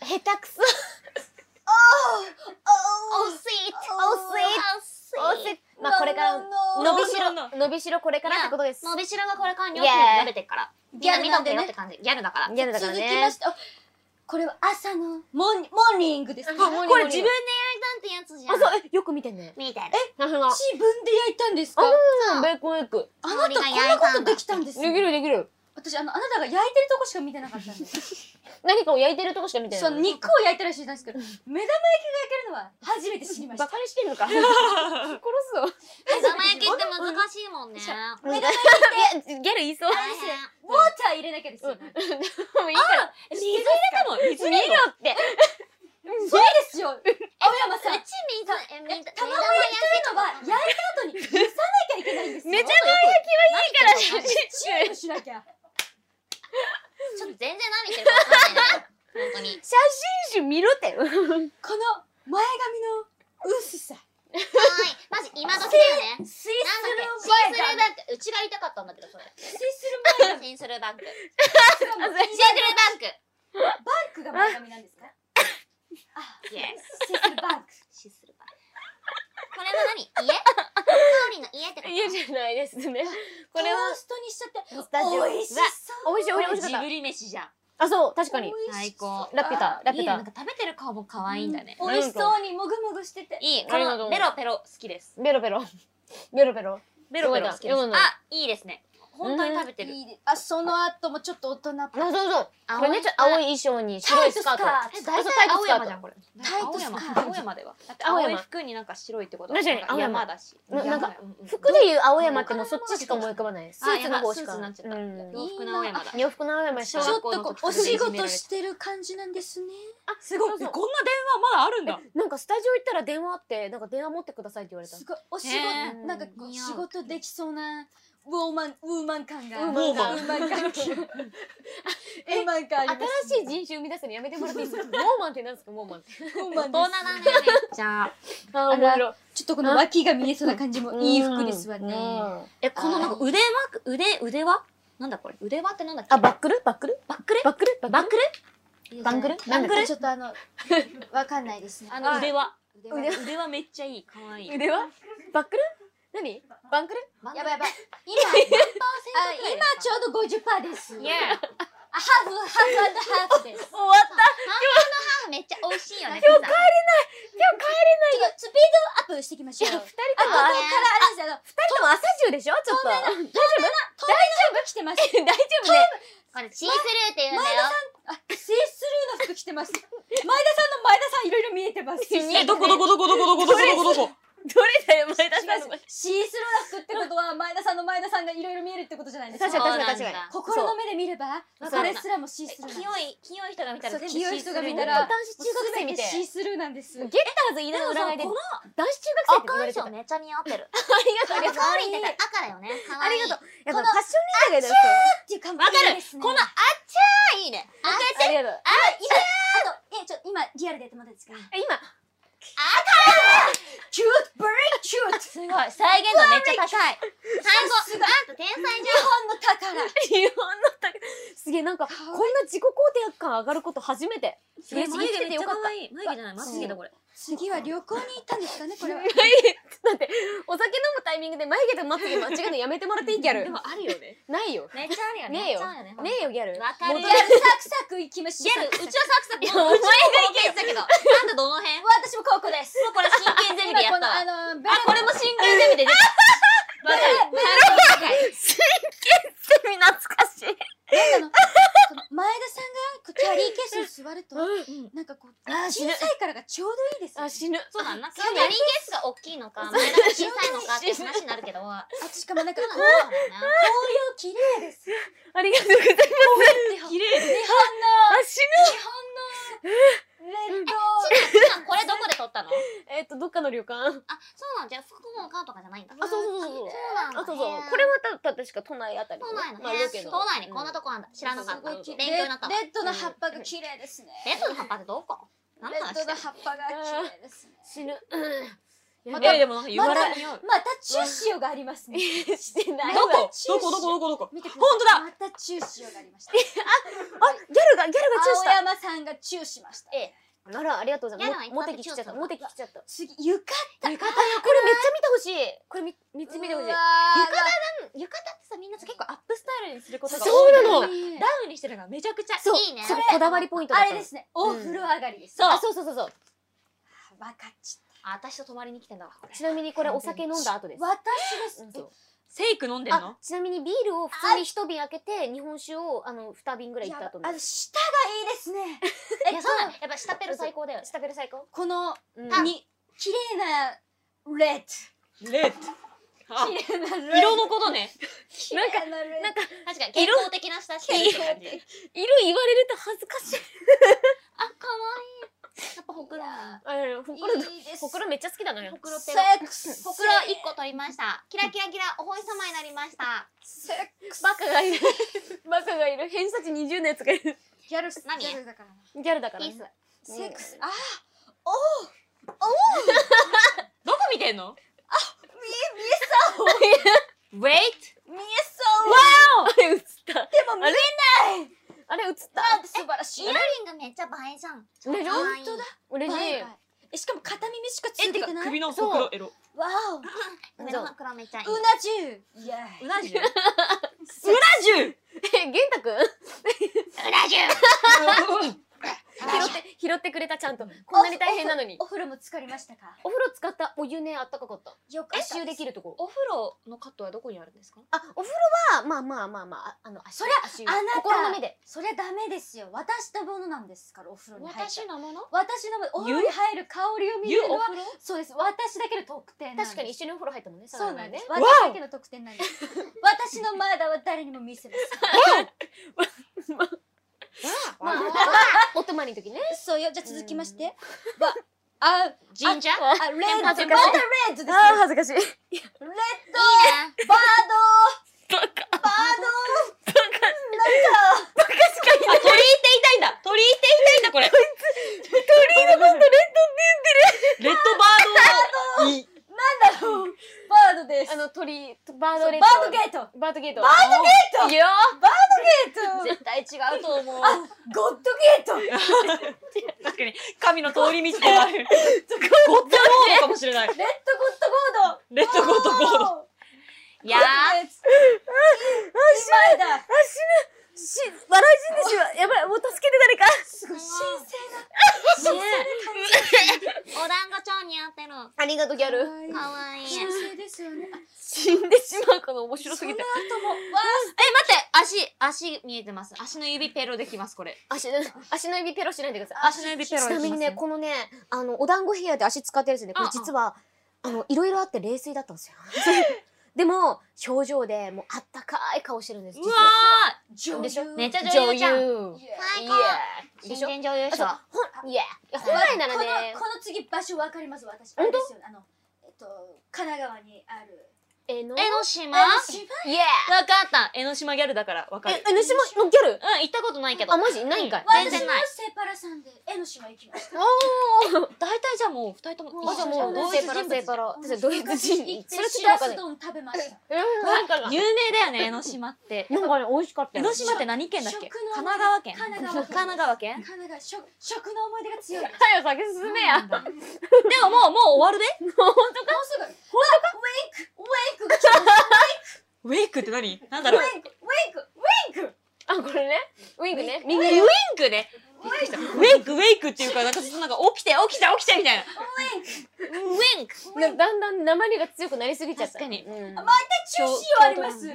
S1: 下手くそ。
S2: おスイートお
S1: お
S2: スイート
S1: せまあ、これから、伸びしろ、伸びしろこれからってことです。
S2: 伸びしろがこれからにょ
S1: イ
S2: き
S1: エーイ
S2: 伸びてっから。ギ
S3: ギ
S2: ャ
S3: ャ
S2: ル
S3: ル
S2: 見
S3: な
S2: と
S3: ん
S2: け
S3: で
S2: よっ
S3: ね
S2: て感じ。ギャルだから。
S1: ギャルだか
S3: 続
S1: ら
S3: き
S1: ね
S3: ま。して、あこれは朝のモーニモーニングです。
S1: あ
S3: あ
S1: モーニング
S3: これ自分で
S2: なんてやつじゃ
S1: あ、
S2: ん。
S1: そう、え、よく見てね。
S2: 見てる。
S1: さすが。
S3: 自分で焼いたんですか
S1: あ
S2: う
S1: ベーコンエッグ。
S3: あなたこんなことできたんです
S1: で
S3: ね
S1: きるできる。
S3: 私あのあなたが焼いてるとこしか見てなかったんです
S1: 何かを焼いてるとこしか見てない。
S3: その肉を焼いてらしいんですけど目玉焼きが焼けるのは初めて知りまし
S1: バ
S3: た
S1: カにしてんのか。殺すぞ。
S2: 目玉焼きって難しいもん
S1: い
S2: ね。
S1: や、ギャル言いそう。
S2: 大変。
S3: ウォーター入れなきゃですよ、ね
S1: もういいから。
S3: 水
S1: 水入れても、水見ろって。
S3: そうですよ青山さん
S2: うち水、え、み
S3: え
S2: んな
S3: 卵焼きというのは焼いた後に蒸さなきゃいけないんです
S1: (laughs)
S3: よ
S1: めちゃ
S2: ちょっと
S3: チューブしなきゃ
S2: ちょっと全然何言ってるかわかんないね。本当に。
S1: 写真集見ろ (laughs) って。
S3: この前髪の薄さ
S2: はーい。まず今時だよね。
S3: スイスル
S2: なんだっけシン
S3: 前
S2: スルー
S3: 髪
S2: バッグ。うちが言いたかったんだけど、それ。
S3: スイスル
S2: シンスルーバッグ。シン
S3: 前髪がもう
S2: スルーバッグ。
S3: バンクが前髪なんですか
S2: イエス。
S3: スイスルバンク
S2: シンスルーバッグ。これは何家カオリンの家ってこと
S1: 家じゃないですね。これ (laughs)
S3: ト
S1: は
S3: ー、ストにしちゃって
S1: スタジオ。
S3: 美味しそう
S1: 美味しい美味しい美味しかっ
S2: リ飯じゃん。
S1: た。あ、そう、確かに。
S2: 最高。
S1: ラピュタ、ラピュ
S2: なん
S1: タ。
S2: か食べてる顔も可愛いんだね。
S3: 美味しそうにもぐもぐしてて
S2: いい。
S1: あ
S2: こ
S1: りがとう
S2: のベロペロ好きです。
S1: ベロベロ。ベロベロ。
S2: ベロベロ好きです
S1: 読むの
S2: あいいですね本当に食べてる
S3: いいであその後もちょっと大人っぽい
S1: そうそうそう。これね、ちょっと青い衣装に白いスカート。
S2: え大体
S1: そうタイプスカー
S2: 青
S1: ト
S2: 山じゃんこれ
S5: 青山青山ではだって
S1: 青
S5: 青
S1: 山
S5: い服になんか白いってこと
S1: 確かに青山
S5: 山だし
S1: ななんか
S5: 山うんうん
S1: 服でいう青山ってもうそっちしか思い浮かばない。ス
S5: あ
S1: ーツの方し
S5: スー
S1: か。
S5: ツになっちゃった
S1: うん
S5: 洋服の青山だ
S1: 洋服の青山し
S3: ちょ
S1: か。
S5: 小
S3: っと
S5: 学校の
S3: こ
S5: 時
S3: うお仕
S5: いじめら
S3: 事
S5: れて
S3: してる感じなんですね
S7: すごい。え
S1: そう
S7: こん
S1: そう
S7: な電話まだあるんだ。
S1: なんかスタジオ行ったら電話あって、なんか電話持ってくださいって言われた。
S3: すごいお仕
S5: へ
S1: ー
S3: 事なんかこう仕事できそうなウォーマンウーマン感が
S1: ウー
S3: ウ
S1: マン感
S3: ーマン感ウーマン感あります
S1: 新しい人種生み出すのやめてもらっていいですか (laughs) モーマンってなんですかモーマンって。
S3: ウーマ
S2: 大
S3: ン
S2: 人
S3: です
S2: だねめっちゃ
S1: あ
S3: ー面
S1: 白
S3: ちょっとこの脇が見えそうな感じもいい服ですわね、
S2: えこのなんか腕枠腕腕輪なんだこれ腕輪ってなんだっけ
S1: あ、バックルバックル
S2: バックル
S1: バックル
S2: バックル
S1: バングル
S3: な
S1: バン
S3: ん
S1: グ
S3: か
S1: ル
S3: ちょっとあのわかんない
S1: (laughs)
S3: ですね
S2: あの腕輪
S3: 腕
S2: 腕腕輪めっちゃいいかわいい
S1: 腕はバックル何バンクル
S3: やばいやばい今あ今ちょうど50%です
S2: イエーイ
S3: あハーフハーフハーフ
S1: (laughs)
S3: で
S2: 終わった今日
S3: す
S2: のハーフめっちゃ美味しいよね今日帰る
S3: ちょっとスピードアップしていきましょうあの
S1: 二人とも、
S3: からあれですよあの
S1: 二人とも朝中でしょちょっと。大丈
S3: 服着てます
S1: (laughs) 夫大丈夫ね。
S2: これシースルーって言うんだよ
S3: あセースルーの服着てます前田さんの前田さんいろいろ見えてますし
S7: えどこどこどこどこどこどこどこどこ。
S1: どれだよ、前田
S3: 違う違うシースルーな服ってことは前田さんの前田さんがいろいろ見えるってことじゃないですか
S1: 確かに確かに確
S2: そう
S1: かに
S2: なんだ。
S3: 心の目で見れば
S1: そう
S3: 彼すらもシースルーなんです
S2: 清い清い人が見たら
S3: そう
S2: 全部シース
S3: 清
S2: ルー
S3: い人が見
S1: た
S3: た
S1: ら
S3: ら
S1: もう全てシ
S3: シ
S1: ー
S3: ースルーなんです
S1: ゲッターズ稲の占いで男
S2: この
S1: 子中学生って言わ
S2: 赤
S1: れ
S2: い
S1: て
S2: 人
S1: た。
S2: めっちゃ似合ってる
S1: ありがとう、あ
S2: カ
S1: り
S2: オリンって
S1: がとう。
S2: 赤だよね (laughs) か
S1: あ
S2: わい
S1: り
S2: い
S1: が
S2: わ
S1: とう。やっぱファッションリーダーだよ。
S3: っていう感
S2: かるこのあっちゃーいいね
S1: ありがとう。
S3: あとえちょ今リアルでやってもらっていいですか
S1: え今、
S3: キュートバリキュート
S2: すごい再現度めっちゃ高い最後あんた天才じゃん
S3: 日本の宝
S1: 日本の高いすげえ、なんか、こんな自己肯定感上がること初めて。
S2: すげえ眉毛めっちゃ可
S1: い。
S2: 愛い眉毛じゃないまつ毛だこれ
S3: 次は旅行に行ったんですかねこれは
S1: だって、お酒飲むタイミングで眉毛とまつげ間違えるのやめてもらっていいギャル。でもあるよね。ないよ。
S2: (laughs) めっちゃあるよね
S1: ねえよ
S2: めっちゃあるよね
S1: ねえよ、ギャル。
S2: わかる
S1: 戻
S3: ギ
S1: れ
S3: ャルサクサク行きまし
S2: ギ
S3: ょ
S2: ャル
S3: う
S2: うちはサクサク
S1: いや
S2: もう
S1: お前が
S2: 行けたけど (laughs) あんたどの辺
S3: 私も高校です
S2: もうこれ真剣ゼミでやったわ
S3: 今このあのベ
S2: あこれも真剣ゼミで出たわかる (laughs)
S1: み懐かしい。
S3: なんかあのこの前田さんがこうキャリーケースに座ると、なんかこう
S1: あー
S3: 小さいからがちょうどいいですよ
S1: あ、
S3: ね。
S1: 死ぬ。
S2: そうだなキャリーケースが大きいのか前田が小さいのかっていう話になる (laughs) けどあ
S3: あとしかもなんか
S2: そう
S3: 紅
S2: なんだよな
S3: 葉綺麗です。
S1: ありがとうございます。
S7: 綺麗。
S1: あ、死ぬ。
S3: レッド。
S2: 今これどこで撮ったのあ
S1: えっと、どっかの旅館。
S2: そうなんじゃあ福岡とかじゃないんだ
S1: あ、そうそうそうそう。
S2: そうなんだ
S1: あ、そうそう
S2: へー。
S1: これはた、た、確か都内あたりの。
S2: 都内の
S1: まあ、
S2: へー
S1: だけど。
S2: 都内にこんなとこあんだ知らなかった勉
S1: すごい
S2: 強になったわ
S3: レレッドの葉っぱが綺麗ですね。
S2: レッドの葉っぱってどこ
S3: レ
S2: 何の
S3: ッ
S2: 話
S3: ド
S2: して
S3: の
S2: る
S3: 葉っぱが綺麗ですね。
S1: 死ぬ。うん。やべ
S7: えで
S1: え。
S7: もなんか言われ似合う。
S3: またチューしようがありますね。
S1: してない。
S7: ど
S1: あ、
S7: こどこどこどこどこ。
S3: 見てください。
S7: 本当だ
S3: またチューしようがありました。
S1: ギャルが、ギャルがチューし
S3: 青
S1: た。
S3: 山さんがチューしました。
S1: あら、ありがとうございます。
S2: ギャル
S1: モ
S2: が
S1: テ
S2: いっぱい
S1: キ来ちゃった。モテキ来ちゃった。
S3: 次浴衣。浴衣
S1: これめっちゃ見てほしい。これみ、めっちゃ見てほしい。浴
S3: 浴
S1: 衣ってさ、みんなさ結構アップスタイルにすることが多い。
S7: そうな
S1: ダ
S7: の
S3: 衣。
S7: ウンにしてるのがめちゃくちゃ。
S1: そう
S2: いいね
S1: そうこだわりポイントだ
S3: あ
S1: った
S3: れですね。お風呂上がりです。
S1: あそうそうそうそう。
S3: 分かっち
S2: あ私と泊まりに来てんだわこれ
S1: ちなみにこれお酒飲んだ後です。
S3: 私
S1: う
S3: で
S1: ん
S3: す。
S1: そう
S7: セイク飲んでん
S1: あ
S7: の？
S1: ちなみにビールを普通に一瓶開けて日本酒をあの二瓶ぐらいいった後
S3: やばあの舌がいいですね。
S2: い
S3: え
S2: や
S3: っ
S2: そうなのやっぱ下ペロ最高だよね
S1: 下ベル最高、
S3: この
S1: うん、
S3: に綺麗なレッ
S7: レッド。あ
S3: ド。綺麗なレッド。
S7: 色のことね。
S3: 綺麗なレッド。
S1: なんか
S2: 確かに健康的な下してる感じ
S1: 色言われると恥ずかしい。
S2: あ可愛いやっぱほくろ
S1: あほくろ
S3: いいです。
S1: ほくろめっちゃ好きなのよ
S2: ほ。くろペ
S3: セ
S2: ロ
S3: ックス。
S2: ほくろ一個取りましたキラキラキラお星様になりました
S3: セックス。
S1: バカがいる。バカがいる。偏差値20のやつがいる。
S3: ギャル
S2: 何
S3: ギャルだからな。
S1: ギャルだから、
S2: ピ
S1: ね
S2: ー。ス
S3: セックス。あ
S7: どこ見てんの？
S2: Wait
S3: 見え
S1: あれ映った。でも見えない。あれ映っ
S3: そう。なんて素晴らしい。
S2: イヤリングめっちゃ映えじゃん
S1: た。でしょ
S2: 可愛い
S3: 本当だ
S1: 嬉しい。
S3: バイバイえしかも片耳しかつ
S7: え
S3: いて
S7: てか
S3: くない。
S7: 首のほくろエロ。
S3: わお。う
S2: 上のほくろめっちゃいい
S3: な重。イエーイ。
S7: うなじゅう。
S1: え、玄太くん
S2: うな重
S1: 拾って、拾拾ってくれたちゃんとこんなに大変なのに
S3: お風呂も浸かりましたか
S1: お風呂使ったお湯ねあったかかった
S3: よか
S1: 足湯できるとこ
S2: お風呂のカットはどこにあるんですか
S1: あお風呂はまあまあまあまああの足
S3: そり
S1: ゃ足湯
S3: あなた
S1: 心の目で
S3: そりゃダメですよ私のものなんですからお風呂に入った
S2: 私のもの
S3: 私のものお風呂に入る香りを見
S7: 湯
S3: れるの
S7: お
S3: は
S7: 風呂
S3: そうです私だけの特典なんです
S1: 確かに一緒にお風呂入ったもんね
S3: そうなんで
S1: ね
S3: す私だけの特典なん (laughs) です私の前田は誰にも見せま
S1: まあお泊まりの時ね
S3: せんそうよじゃあ続きましてわあ
S2: 神社
S3: あレッドまたレッドですよ
S1: ずかしい
S3: レッドバードバカバード
S7: あ鳥居って言いたいんだ鳥居って言いたいんだこれ鳥居のことレッドビューティレッドバード
S3: バードです
S1: あの鳥バー
S3: そ
S1: ド
S3: う
S1: レッ
S3: バードゲート
S1: ドバードゲートバ
S3: ードゲート
S1: いや
S2: 絶対違うと思う
S3: ゴッドゲート
S7: 確かに神の通り道でもあるゴッドゴードかもしれない
S3: レッドゴッドゴード
S7: レッドゴッドゴー
S3: ド
S7: ド
S2: いや
S3: あ前だ
S1: し笑い死んでしまうやばいもう助けて誰か
S3: すごい新
S2: ーねえお団子超似合ってる
S1: ありがとうギャル
S3: 鮮
S2: かわいい
S3: 新鮮ですよねあ
S1: 死んでしまうかの面白すぎて
S3: その後もわ
S2: え待って足足見えてます足の指ペロできますこれ
S1: 足足の指ペロしないでください
S2: 足の指ペロ
S1: ち
S2: でき
S1: な
S2: ます
S1: みにねこのねあのお団子ヘアで足使ってるやつねこれ
S2: ああ
S1: 実はあのいろいろあって冷水だったんです (laughs) よでも表情でもうあったかい顔してるんです
S2: うわ
S3: 女優
S1: でしょ
S2: ーめっちゃ
S1: 女
S2: 女優
S1: 優
S2: じゃん
S3: いや
S2: 最
S1: い
S2: 高
S1: やで
S2: 新
S1: しょ
S2: 人女優賞
S1: あほんいや本来なら
S3: この
S1: ね
S3: この次場所わかります私あれですよねあのえっと神奈川にある
S1: えの
S2: 江ノ島
S3: あ
S2: わ
S3: の
S2: かっ
S3: 島
S2: た江ノ島ギャルだからわかる
S1: え江ノ島のギャル
S2: うん行ったことないけど
S1: あマジないんかい
S2: 全
S3: 私
S2: 然
S3: も
S2: ない
S3: セパラさんで江ノ島行きました
S2: 大体じゃあもう二人とも
S1: あじゃあもう
S2: 同
S1: セ
S2: 一
S1: パラ
S2: 人
S1: セ
S2: 物
S1: パラ私はドイツ人それ
S3: し
S1: ちょ
S3: ら
S1: っとわかんない
S3: す丼食べました
S1: うんなんかな
S2: 有名だよね江ノ島って
S1: なんかね美味しかった
S2: 江
S1: よ
S2: ノ島って何県だっけ神
S3: 食の
S2: 奈川県
S3: 神奈川県
S2: 神奈川県
S3: 神奈川食食の思い出が強いです
S1: 早よ先進めや
S2: でももうもう終わるで
S3: もうすぐほらウィンクウィンクが来た
S7: ウェイクって何なんだろう
S3: ウィンクウィンク
S1: あこれねウィングね右
S7: ウィンクねびっくりしたウェイクウェイクっていうからなんかそのなんか起きて起きて起きてみたいな
S2: ウィンク
S1: なだんだん鉛が強くなりすぎちゃった
S2: 確かに
S1: うん
S3: 中止をあります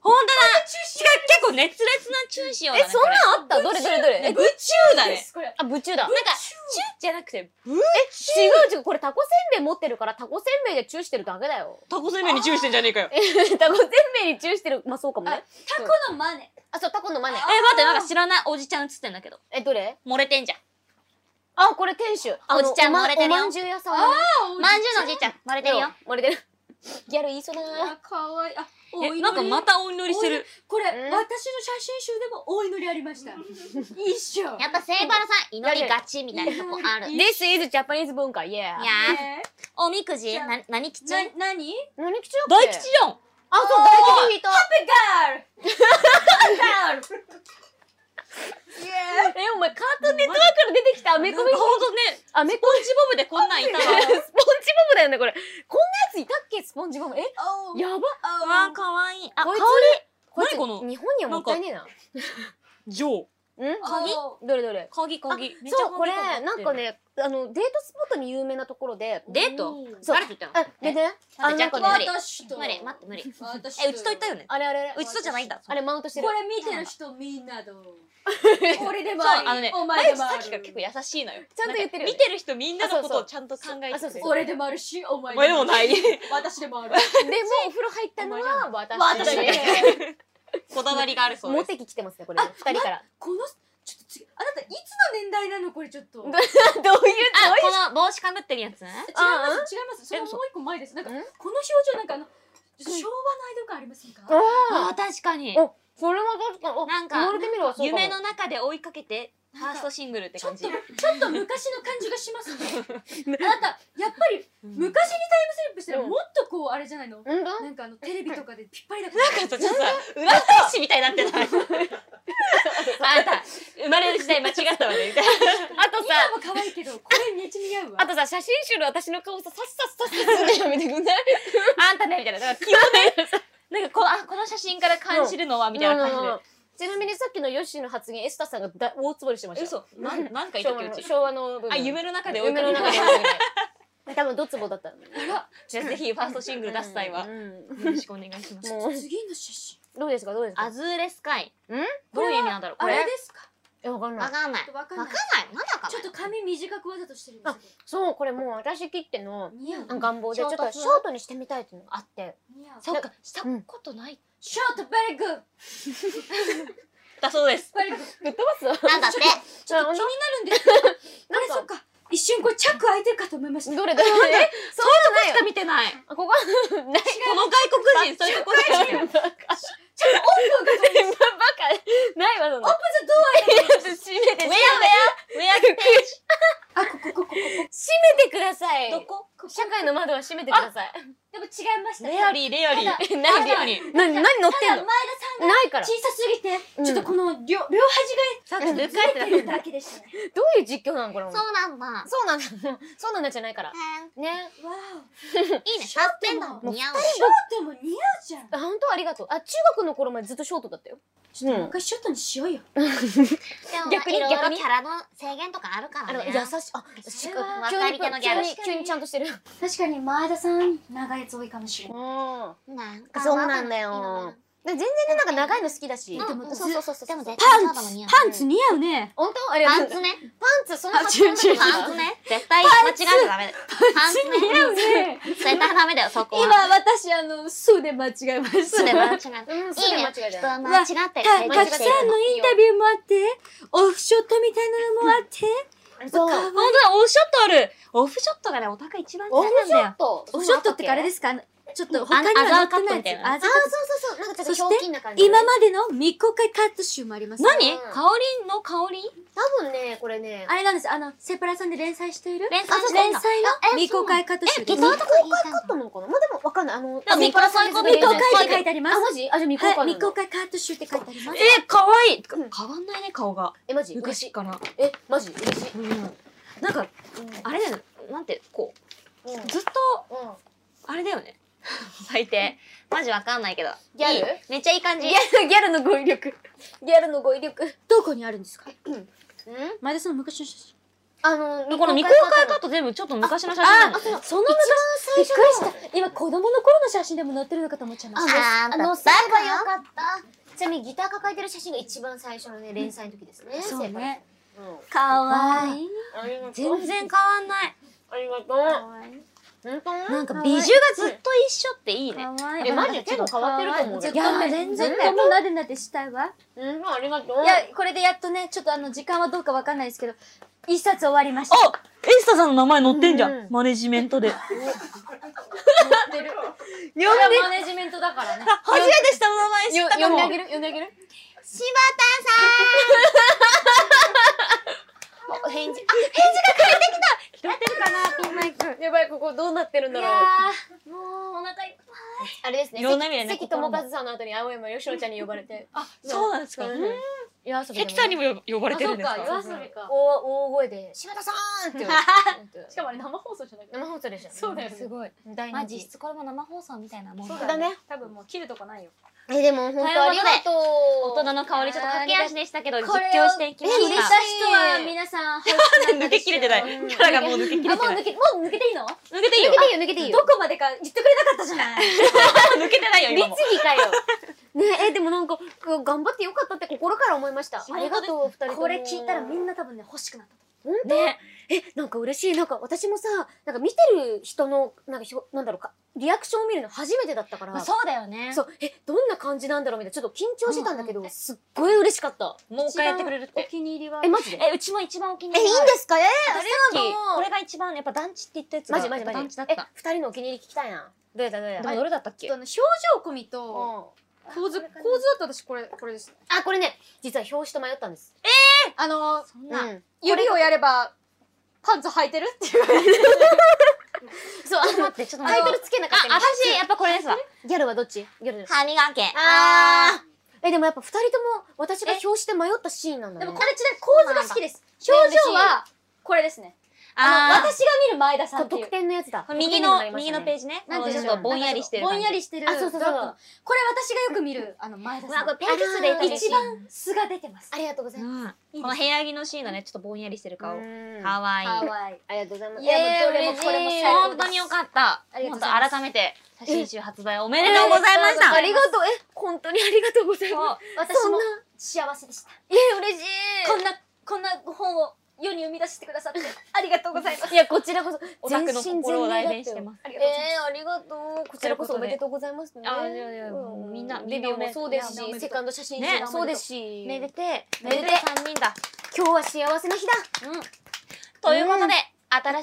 S2: ほんとだしか結構熱烈なチューしようだね
S1: えそん
S2: これ
S1: なんあったどれどれどれえ
S7: ね宇宙だね
S3: これ
S1: あ、部中だ。
S2: なんかチューじゃなくて
S1: 違う違う、これタコせんべい持ってるから、タコせんべいでチューしてるだけだよ。
S7: タコせんべいに注意してんじゃねえかよ
S1: タコせんべいにチューしてる、まあそうかもね。
S3: タコのマネ
S1: あ、そう、タコのマネ
S2: え。待ってなんか知らないおじちゃん映ってんだけど
S1: え、どれ
S2: 漏れてんじゃん
S1: あ、これ店主。
S2: おじちゃん
S1: あのおま
S2: 漏れてるよ
S1: おまんじゅう屋さんのね。
S2: まんじゅうのおじいちゃん漏れてるよ
S1: 漏れてる。ギャル言いそうだな。
S3: あ可愛いあお祈
S7: え
S3: り
S7: なんかまたお祈りしてる
S3: これ、
S1: うん
S3: 私の写真集でもお祈りありました。一緒。
S2: やっぱセイバラさん祈りがちみたいなとこあるいや
S1: This is Japanese 文化、yeah。
S2: ー
S3: ね
S2: おみくじな何吉
S3: な、なに
S1: 何吉だっ
S7: 大
S1: け
S7: 吉じゃん
S1: あ、そう、大吉引いた。え、お前、カートネットワークから出てきたアメコミ
S7: ほ。んとね
S1: アメコ
S7: スポンジボブでこんなんいた
S1: ミ。
S7: わ
S1: スポンジ (laughs) ボブだよね、これ。こんなやついたっけスポンジボブ。え、
S3: お
S1: やば。
S2: うわーかわいいあ
S1: こ
S2: 香
S1: い
S2: り
S1: つこいつ
S7: 何この
S1: 日本にはもったいねえな。
S7: ジョー
S1: うん
S2: 鍵
S1: どれどれ
S2: 鍵鍵めっちゃ
S1: そうこれ
S2: 鍵かかっ
S1: な
S2: て
S1: ん
S2: る
S1: かねあのデートスポットに有名なところで
S2: デート
S1: そう
S2: 誰と行ったの
S1: あでねあ
S2: 待って
S1: なんか
S2: ジ
S1: ね
S2: ャッキー
S3: 私と。
S2: 無理待って無理
S3: 私
S2: えうちと行ったよ
S3: ね。
S2: ね
S1: あれあれあれ
S2: うちとじゃないんだ
S1: あれマウントしてる
S3: これ見てる人みんなどう。俺でも
S7: そう
S3: あ
S7: あの
S3: る
S7: ね
S3: お
S7: マ
S3: 前
S7: ユ
S3: でも
S7: さ
S3: あ
S7: っきが結構
S3: る。
S7: 優しいのよ
S1: ちゃんと言ってるよね
S7: なんか見てる人みんなのことをちゃんと考え
S1: あ
S7: て
S1: そうそう
S7: くれる
S1: そう
S3: 俺でもあるし、お前
S7: お前でもない
S3: 私でもある。
S1: でもお風呂入ったのは私
S3: 私だ
S2: (laughs)
S3: け。
S7: こだわりがあるそう
S1: モ
S7: です
S1: テキ来てますねこれね二人から
S3: この、ちょっと違う。あなた、いつの年代なのこれちょっと。違い
S1: ど
S3: ま
S1: ういうどういう
S2: あこの帽子かぶってるやつ
S3: す、違います。それももう一個前です。なんか、
S1: う
S3: こ
S1: ん
S3: の表情なんかあの、昭和のアイドル感ありませんか
S2: あー確かに
S1: おそれは確かに
S2: なんか
S1: 言われてみればそうかも
S2: 夢の中で追いかけてファーストシングルって
S3: ちょっ
S2: 感
S3: と
S2: じ
S3: ちょっと昔の感じがしますね。あなたやっぱり昔にタイムスリップしたらもっとこうあれじゃないの。
S1: うんだ
S3: なんかあのテレビとかでぴっぱりだか
S7: なんかさちょっとさ裏返しみたいになっ
S1: (laughs)
S7: てない
S2: あんた生まれる時代間違ったわねみたいな
S1: (laughs) あとさ
S3: 今も可愛いけどこれめっちゃ似合うわ。
S1: あとさ写真集の私の顔ささっさっさっさっさってやめてくんない
S2: (laughs) あんたねみたいななんか気をねなんかこうあこの写真から感じるのはみたいな感じ
S1: ち
S2: で
S1: なみにさっきのヨッシーの発言エスタさんが大大つぼりしてましたよ
S7: 嘘なんなんか言
S1: 昭
S7: ったっ
S1: 和
S7: けう
S1: の
S7: ち
S1: 昭和の部分
S7: あ夢の中で追いか
S1: 夢
S7: け
S1: の中
S7: る
S1: で追いかけて (laughs) 多分ドツボだったのね
S7: じゃあぜひファーストシングル出す際は
S1: う
S7: よ
S1: ん
S7: ろしくお願いします
S1: もう
S3: 次の写真
S1: どうですかどうです
S2: ア
S1: か
S2: ズーレスカイ。
S1: ん
S2: どういう意味なんだろうこ
S3: あ
S2: れ
S3: れ。ですか
S1: えわかんな
S2: わ
S1: い
S2: かんない。
S3: わかん
S2: わかん
S3: ない
S2: ない。まだか
S3: ちょっと髪短くわざとしてるんですけ
S1: そうこれもう私切っての
S3: ど似合う
S1: 願望でちょっとショートにしてみたいっていうのがあって
S3: 似合う
S2: そっか、した
S1: うん
S2: ことない。
S3: ショートベリグッ
S7: だそうです
S3: ベリグッ
S1: ぶっ飛ばす
S2: なんだって。
S1: ちょっと
S3: あれそっか一瞬こうチャック開いてるかと思いました
S1: どれだえそうじゃないよ
S7: 見てない
S1: あここは (laughs) ない
S7: この外国人そういうとこしか見てない
S1: バカないわそんなオープン閉めて
S7: ウェアウェア
S1: 閉
S7: ウェア着て
S3: あこここここ
S1: めてくださ (laughs) い
S7: どこ
S1: 社会の窓は閉めてください
S3: でも違いました
S7: レアリーレアリー
S1: え
S7: レ
S1: 何
S7: アリー
S1: 何何乗って
S3: た
S1: んの
S3: だ前田さんが
S1: ないから
S3: 小さすぎて、
S1: うん
S3: ちょっとこの両両
S1: さ
S3: 端が
S1: っ
S3: ずれてるだけでしたね
S1: どういう実況なのこれ
S2: そうなんだ。
S1: そうなんだそうなんだじゃないから
S2: へん
S1: ね
S3: わお
S2: いいね。シャーペンダーも似合う。
S3: ショートも似合うじゃん
S1: あ本当ありがとうあ中学の頃までずっとショートだったよ
S3: ちょっともう一回ショートにしようよ、
S1: 逆に
S2: でも
S1: 逆
S2: いろいろ
S1: に
S2: キャラの制限とかあるか
S1: あ
S2: ら
S1: の
S2: ね。
S1: 優しいあし
S3: それは
S1: 急に
S2: 若い手のギャル
S1: 急に急にちゃんとしてる
S3: 確かに前田さん長いやつ多いかもしれない
S1: うん
S2: なんか
S1: そうなんだよで全然ねなんか長いの好きだし
S2: うん
S1: そうそうそうそう
S2: でも絶対
S3: パン
S2: ショー
S3: ツ
S2: トも似合う。
S3: パンツ似合うね
S1: 本当あれ
S2: パンツね。
S1: パンツその発想
S2: パンツね。絶対間違えちゃダメだよ。パンツね。似合うね。絶対ダメだよ、そこ
S7: (laughs)
S3: 今
S2: は。
S3: 私あの素で間違えまし
S2: 素で間違えて
S1: うんす
S2: いい
S1: ぐ
S2: ね
S1: 間違え。ちゃう
S2: 人は間違って
S3: た
S2: る。
S3: たくさんのインタビューもあってオフショットみたいなのもあって
S1: そう
S7: 本当だオフショットあるオフショットがねお高一番
S1: オ
S7: 好
S1: フ
S7: きなん
S1: シ
S7: だ
S1: ョ
S7: よ
S1: ット
S3: オフショットってかあれですかあのちょっと他に
S2: あ
S3: は
S2: アザーカット
S3: 載っ
S2: み
S3: て
S2: た
S3: ない
S2: い
S3: やつ
S2: な
S3: あざ
S1: あそうそうそうなんかちょっとひょうきんな感じ
S3: 今までの未公開カット集もあります
S7: 何
S1: うん
S7: 香りの香り
S1: 多分ねこれね
S3: あれなんですあのセパラさんで連載している
S2: 連載してん
S3: 連
S2: だ
S3: 載の
S2: あえ
S3: 未公開カット集です
S2: ギターとか弾いたん
S1: カ
S2: だ
S1: ットなのかなまあでもわかんないあの
S7: でも
S1: ミコラさん
S3: 未
S1: 未公開
S3: 公開って書いてあります
S1: あマジあじゃあ未公開な
S3: はい、
S1: んだ
S3: 未公開カット集って書いてあります。
S7: え可愛い
S1: うん
S7: 変わんないね顔が
S1: えマジ
S7: 昔から
S1: えマジ嬉しい
S7: うんなんかあれだよねなんてこ
S1: うんうん
S7: うずっとあれ
S2: (laughs)
S7: だよね最低マジわかんないけど
S1: ギャル
S7: いいめっちゃいい感じ
S1: ギャルギャルの語彙力ギャルの語彙力
S3: どこにあるんですか。
S1: うん
S3: 前田さんの昔の写真。
S1: あの
S7: この未公開カット全部ちょっと昔の写真なのね
S3: その昔最初びっくりした。今子供の頃の写真でも載ってるのかと思っちゃいました。
S2: あ
S1: あ
S2: あ
S1: の
S2: の、
S1: すれ
S2: さ
S1: ばよかったちなみにギター抱えてる写真が一番最初のね連載の時ですね
S3: そうね。
S1: うん
S3: かわいい。
S1: ありがとう
S7: 全然変わんない
S1: ありがとう本当
S3: なんか
S7: 美
S3: 美
S7: 女が
S3: 術。
S7: ずっと一緒っていいね
S3: かわいい。
S1: えマジで結構変わってると思う
S3: いや全然大人なでなでしたいわ。
S1: うんありがとう
S3: いやこれでやっとねちょっとあの時間はどうかわかんないですけど一冊終わりました。
S7: あエスタさんの名前載ってんじゃん、
S1: うん
S7: マネジメントで
S3: これはマネジメント
S8: (laughs)
S3: だからね。
S7: 初めて下の名前知ったかも
S1: げる読んであげる
S2: 柴田
S1: やばいここどうなってるんだろう
S3: もうお腹いっぱい。
S1: あれですね
S7: いろんな意味でね
S1: 関関智和さんの後に青山よしのちゃんに呼ばれて
S7: あそうなんですか、
S1: うん夜遊びでも
S7: 関さんにも呼呼ばれてるんですか
S8: あそうか夜遊びか
S1: 大大声で柴田さんって
S3: (laughs)
S8: しかもあれ生放送じゃなくて
S1: 生放送でした
S8: そうだよね
S1: すごい大
S2: さん
S1: 人
S2: まあ
S1: 気
S2: 実質これも生放送みたいなもん
S8: そう
S1: だね
S8: 多分もう切るとこないよ
S1: えでも本当
S7: ということで
S1: ありがとう
S7: 大人の香りちょっと駆け足でしたけど実
S3: これを
S7: 況していきま
S3: 聞いた
S7: し
S3: 人は皆
S8: (laughs)
S3: さん。
S7: た抜け切れてないキャラがもう抜け切れて
S3: あもう
S7: ない
S3: 抜けもう抜けていいの？
S7: 抜けていい
S1: 抜
S7: よ
S1: けていいよ抜けていい
S3: ど
S1: よ
S3: こまでか言ってくれなかったじゃない。
S7: 抜けてないよ今も
S1: 律儀かよ (laughs) ねえでもなんかうん頑張ってよかったって心から思いましたありがとう二人とも
S3: これ聞いたらみんな多分ね欲しくなった
S1: 本当、えなんか嬉しいなんか私もさなんか見てる人のなんかひょなんだろうかリアクションを見るの初めてだったから、
S2: さん。
S1: そう
S2: そうだよね。
S1: えどんな感じなんだろうみたいなちょっと緊張してたんだけど、すっごい嬉しかった
S7: もう一回やってくれるっ
S3: お
S7: て
S3: 気に入りは
S1: えマジで
S2: え、うちも一番お気に
S1: えいい
S2: 入
S1: んで
S2: りがある。
S1: すかえありがとう
S7: これが一番やっぱ団地って言ったやつが
S1: マジマジマ
S7: 団地
S1: ジ
S7: だっ
S1: え
S7: た
S1: 二人のお気に入り聞きたいなどれだどれ
S7: で
S1: だ
S7: もどれだったっけ
S8: あの表情込みと構図構図だったら私これこれです
S1: あこれね実は表紙と迷ったんです
S8: あの
S2: そんな。
S1: うん
S8: 指をやればパンツ履いてるっていう
S1: そうあの
S2: でちょっと
S1: タ
S2: 待
S1: イ
S2: って
S1: トルつけなか
S7: あ
S1: った今
S7: 私やっぱこれですわ
S1: ギャルはどっちギャルです
S2: 歯磨き。
S1: あーえでもやっぱ二人とも私が表紙で迷ったシーンなんだ
S8: で
S1: ね
S8: もこれちなみに構図が好きです表情はこれですね
S6: あ
S2: あ
S6: の私が見る前田さんっていう
S1: 特典のやつだ
S2: ー、右の、右のページね。
S1: なん
S2: こ
S1: てい
S2: う
S1: う
S2: ち
S1: の
S2: ょっとぼんやりしてる
S6: ぼ
S2: 感
S6: ん
S2: じ。
S6: やりしてる
S1: あそうそうそう
S6: ドラッグのこれ私がよく見るあの前田
S2: うわ
S6: さん
S2: これページ数で言うと嬉しい
S6: 一番素が出てます
S1: ありがとうございま
S2: うんこの部屋着のシーンのね、ちょっとぼんやりしてる
S1: すう
S2: 顔。
S1: ん
S2: かわいい。
S6: かわいい
S1: ありがとうございます
S6: いや
S1: いや
S6: どれもこれも
S1: 嬉しい
S6: 最高
S2: 本当によかった。
S1: ありがとうご
S2: 本当
S1: ざいます
S2: 改めて写真集発売おめでとうございまし
S1: あ
S2: た。
S1: りがとうえ本当にありがとうございます
S6: 私も幸せでした
S1: え嬉しい
S6: こんなこんなご本を世に生み出してくださってありがとうございます
S1: いやこちらこそ
S2: オタクの心を代弁してます。
S6: あり
S1: え
S6: がとうござい
S1: ー、ありがとうこちらこそおめでとうございますね
S2: あーいやいやもうみんな
S1: デビューもそうです
S2: みんなおめでと
S1: しセ
S2: う
S1: カンド写真
S2: ね
S1: 集もそうですし
S2: めでて、
S1: めでて
S2: めでて3人だ。
S1: 今日は幸せな日だ
S2: ということで、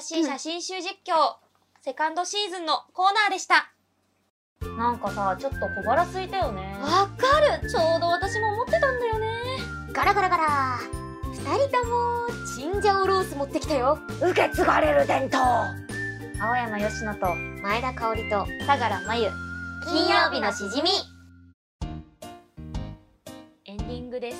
S2: 新しい写真集実況、セカンドシーズンのコーナーでした。なんかさ、ちょっと小腹空いたよね。
S6: ますわかるちょうど私も思ってたんだよね
S1: ガラガラガラ二人ともチンジャオロース持ってきたよ受け継がれる伝統
S2: 青山よしのと、
S1: 前田香織と
S2: 相良真由、
S1: 金曜日のしじみ
S2: エンディングで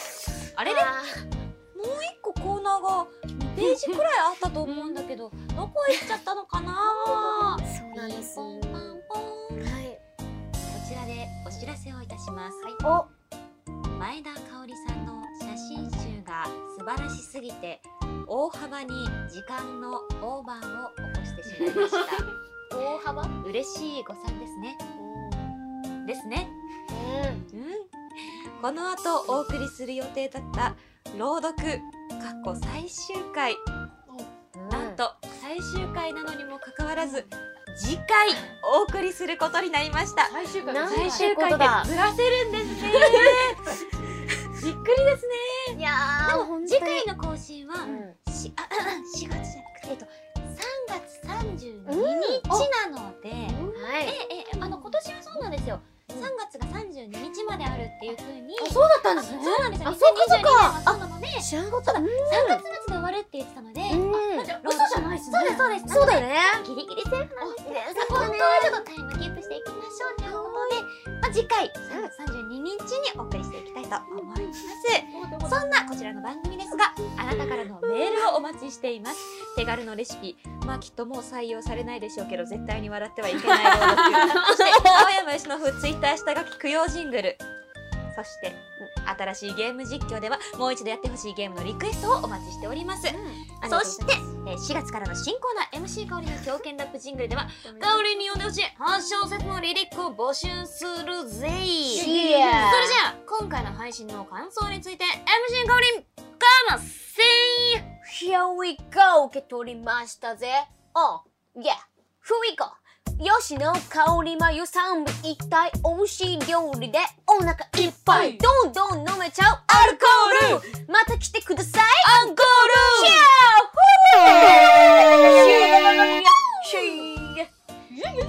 S2: す。 (laughs) あれれ結構コーナーが2ページくらいあったと思うんだけど、どこ行っちゃったのか (laughs) な
S1: そうなんです
S2: ポンパンポン。
S1: はい
S2: こちらでお知らせをいたします。前田香織さんの写真集が素晴らしすぎて大幅に時間のオーバーを起こしてしまいました。 (laughs)
S1: 大幅うん
S2: 嬉しい誤算ですね。ですね。うん。この後お送りする予定だった朗読過去最終回、なんと最終回なのにもかかわらず次回お送りすることになりました。
S3: 最終回
S1: なん
S2: 最
S1: て
S2: 終
S1: こ
S2: 回
S1: と
S2: で
S1: だ
S2: ずらせるんですね。びっくりですね。
S1: いやー
S2: で
S1: 本
S2: も
S1: 当
S2: 次
S1: に
S2: 回の更新は、しあ (coughs) 4月じゃなくて、えっと、3月32日なので、
S1: は
S2: え
S1: い
S2: えあの今年はそうなんですよ。3月が32日まであるっていうふうに、
S1: そうだったんです
S2: そうなんですよ。
S1: あ
S2: 2022
S1: そっかそっ
S2: 年
S1: か
S2: はそうなので、3
S1: 知らんかったうん
S2: 月末で終わるって言ってたので、
S1: うん
S2: 嘘じゃないですね。そうですそうです。
S1: そうだよね
S2: なのでギリギリセーフなんですけど、
S1: あね
S2: 本当はちょっとタイムキープしていきましょうということで、まあ、次回3月32日にお送りしていきたいと思います。そんなこちらの番組ですが、あなたからのメールをお待ちしています。手軽のレシピ、まあきっともう採用されないでしょうけど、絶対に笑ってはいけない朗読。そして、青山由伸風ツイッター下書き供養ジングル。そして、新しいゲーム実況では、もう一度やってほしいゲームのリクエストをお待ちしております。そして、えー4月からの新コーナー MC 香りの狂犬ラップジングルでは、香りに読んでほしい半小説のリリックを募集するぜい
S1: いいや
S2: それじゃあ今回の配信の感想について MC 香りかません
S1: Here we go! 受け取りましたぜ。Oh, yeah! Here we go! 吉野香りまゆさん一体美味しい料理でお腹いっぱいどんどん飲めちゃうアルコールまた来てくださいアンコー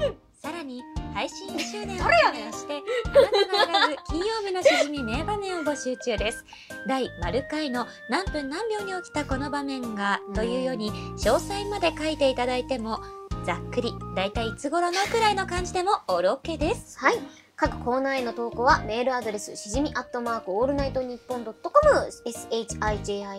S1: ル
S2: さらに配信1周年を記念してあなたが選ぶ金曜日のしじみ名場面を募集中です第丸回の何分何秒に起きたこの場面がというように詳細まで書いていただいてもざっくりだいたいいつ頃のくらいの感じでも OK です
S1: はい。各コーナーへの投稿はメールアドレスしじみアットマークオールナイトニッポンドットコム shijimi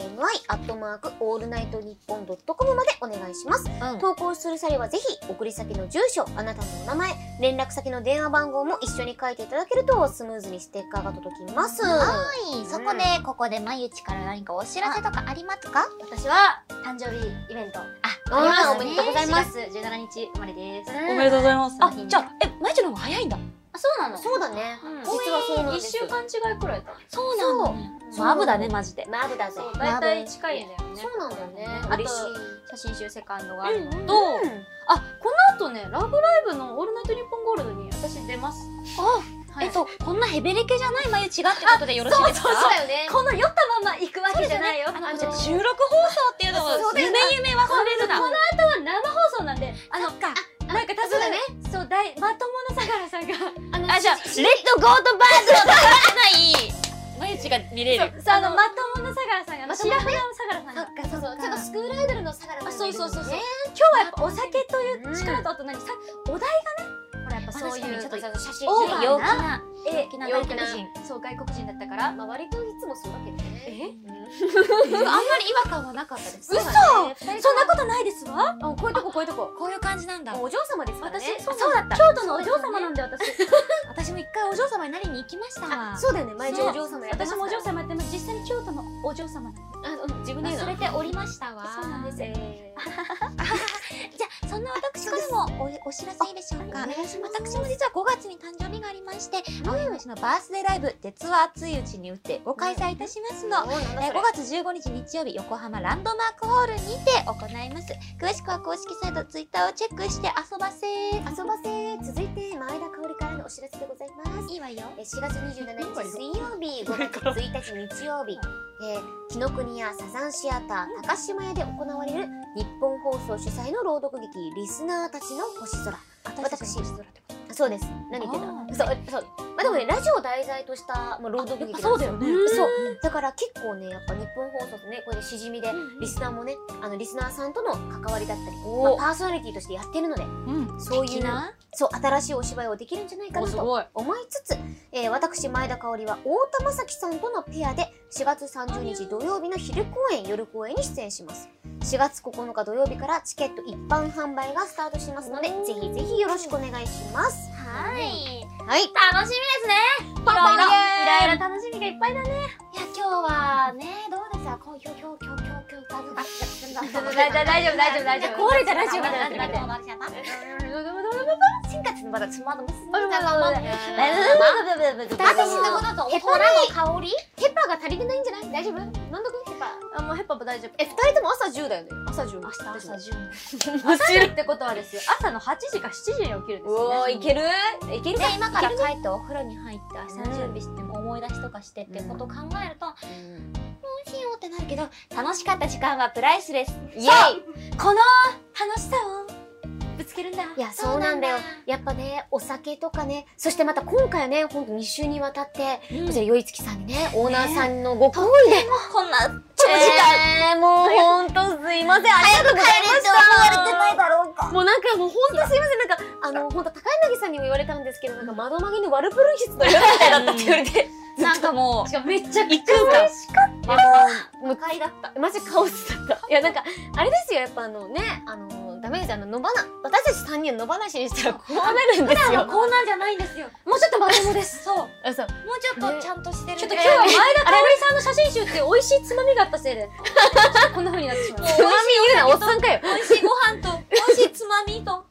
S1: アットマークオールナイトニッポンドットコムまでお願いします、投稿する際はぜひ送り先の住所あなたのお名前連絡先の電話番号も一緒に書いていただけるとスムーズにステッカーが届きますは
S2: はい
S1: そこで
S2: ここでまゆちから何かお知らせとかありますか
S6: 私は誕生日イベント
S1: あ
S6: あ
S1: お
S6: り
S1: め
S6: ます
S1: でとうございます、
S6: 4月17日生まれです
S1: うん
S7: おめでとうございます。
S6: あじゃあ
S2: えまゆちの方が早いんだ
S6: あそうなの
S1: そうだね、
S6: うん
S1: 実はそうなんです
S3: 一週間違いくらいだ
S2: そうなんだ、ね、マブだねマジで
S1: マブだぜ
S6: そう
S1: マ
S6: 大
S1: ブ
S6: 体近いんだよね
S1: そうなんだよね
S6: あと
S1: 嬉しい
S6: 写真集セカンドがあるのと、
S1: うん
S3: あこの後ね「ラブライブ!」の「オールナイトニッポンゴールド」に私出ます
S2: えっと、こんなヘベレケじゃない眉違ってことでよろしいですか
S6: そうだよね
S2: この酔ったまま行
S6: 行くわけじゃないよ
S2: あ
S6: あ
S2: の、
S6: の
S2: じゃあ
S6: こ
S2: 収録放送っていうの
S6: そ
S2: を
S6: うだよ
S2: 夢
S6: な
S2: 夢忘れるな。
S6: の後は生放送なんで
S2: あ、そっか。
S6: なんか多分
S1: そうだね
S6: そう大まともな相良さんが
S2: あ、じゃあ、レッドゴートバーズの出ない眉ちが見れる。
S6: そうあのまともな相良さんが白浜の相良さんが
S1: そっかそうそうちょっとスクールアイドルの相良
S6: あそ
S1: さんがいうる
S6: そ
S1: も
S6: うんそうそう
S1: ね
S6: 今日はやっぱお酒という
S1: うん
S6: 力とあと何さお題がねほらやっぱそういう
S1: ちょっと写真
S6: オーバー
S2: 陽気
S6: な
S2: な、
S6: え
S2: 陽気な
S6: 陽
S2: 外
S6: 気
S2: 国
S6: な
S2: 人。
S6: そう外国人だったから
S1: まあ割といつもそうだけどね
S6: え
S1: うん
S2: あんまり違和感はなかったです。嘘
S3: そんなことないですわ。
S1: あこういうとここういうとこ
S2: こういう感じなんだ。
S1: お嬢様ですからね
S3: 私、
S1: そう
S3: そう
S1: だった
S3: だ京都のお嬢様なんで私。
S2: 私も一回お嬢様になりに行きましたわ。
S1: そうだよね毎日
S3: そう
S1: お嬢様やってま
S3: 私
S1: す
S3: もお嬢様やってます。実際に京都のお嬢様なんで
S1: あ自分で言う
S2: 忘
S1: の
S2: れておりましたわ。
S3: そうなんです。
S1: えー
S2: じゃあそんな私からもおお知らせいいでしょうか。私も実は5月に誕生日がありまして、青山氏のバースデーライブ、鉄は熱いうちに打ってご開催いたしますの。
S1: おなんだ
S2: えー
S1: それ
S2: 5月15日日曜日横浜ランドマークホールにて行います詳しくは公式サイトツイッターをチェックして遊ばせ
S1: 遊ばせ続いて前田香織からのお知らせでございます
S2: いいわよ
S1: えー4月27日水曜 (laughs) 日5月1日日曜日、えー、紀ノ国屋サザンシアター高島屋で行われる日本放送主催の朗読劇「リスナーたちの星空」私そうです何言ってんだそうそうまあでもねラジオを題材とした、まあ、朗読劇そうだよねそうだから結構ねやっぱ日本放送ってねこれでしじみでリスナーもねあのリスナーさんとの関わりだったり、まあパーソナリティとしてやってるので、そういうそう新しいお芝居をできるんじゃないかなと思いつつ、えー私前田香織は太田雅樹さんとのペアで4月30日土曜日の昼公演夜公演に出演します4月9日土曜日からチケット一般販売がスタートしますのでぜひぜひよろしくお願いします
S2: はい
S1: はい
S2: 楽しみですねパパいろいろいろ楽しみがいっぱいだねいや今日はねどうですかこうひょひょひょひょひょあ大丈夫大丈夫大丈夫大丈夫壊れた大丈夫大丈夫大丈夫大丈夫進化つまだつまだ私のことと大人の香り
S1: ヘッパーが足りてないんじゃない大丈夫なんだくヘッパー
S3: あ、もうヘッパも大丈夫。
S1: え二人とも朝10だよね朝10
S2: 明日朝10
S3: 朝ってことはですよ。朝の8時か7時に起きるんですよ、ね。
S2: けるいける今から帰ってお風呂に入って明日の準備しても思い出しとかしてってことを考えると、どうしようってなるけど楽しかった時間はプライスレス
S1: イエイ
S2: この楽しさをぶつけるんだ
S1: いやそうなんだよやっぱねお酒とかねそしてまた今回はねほんと2週にわたって、こちらよいつきさんにねオーナーさんのご好意で
S2: こんな長
S1: えー、もうほんとすいませんありがとうございました
S2: れてないだろうか
S1: もうなんかもうほんとすいませんなんかあのほんと高柳さんにも言われたんですけどなんか窓曲げの悪プロヒスのよみたいだったって言われて
S2: なんかも
S3: しかもめっちゃ
S7: 行くんだ
S1: 向かいだったマジカオスだ (laughs) ったいやなんかあれですよやっぱあのねあのダメですよあの野放私たち3人は野放しにしたらこうなるんですよ (laughs)
S3: こうなんじゃないんですよ。もうちょっとまともです。そう。
S1: あそう
S2: うもうちょっとちゃんとしてる
S3: ちょっと今日は前田香織さんの写真集って美味しいつまみがあったせいで、こんな風になってしまいまし
S1: つまみ言うなおっさんかよ
S2: 美味しいご飯と美味しいつまみと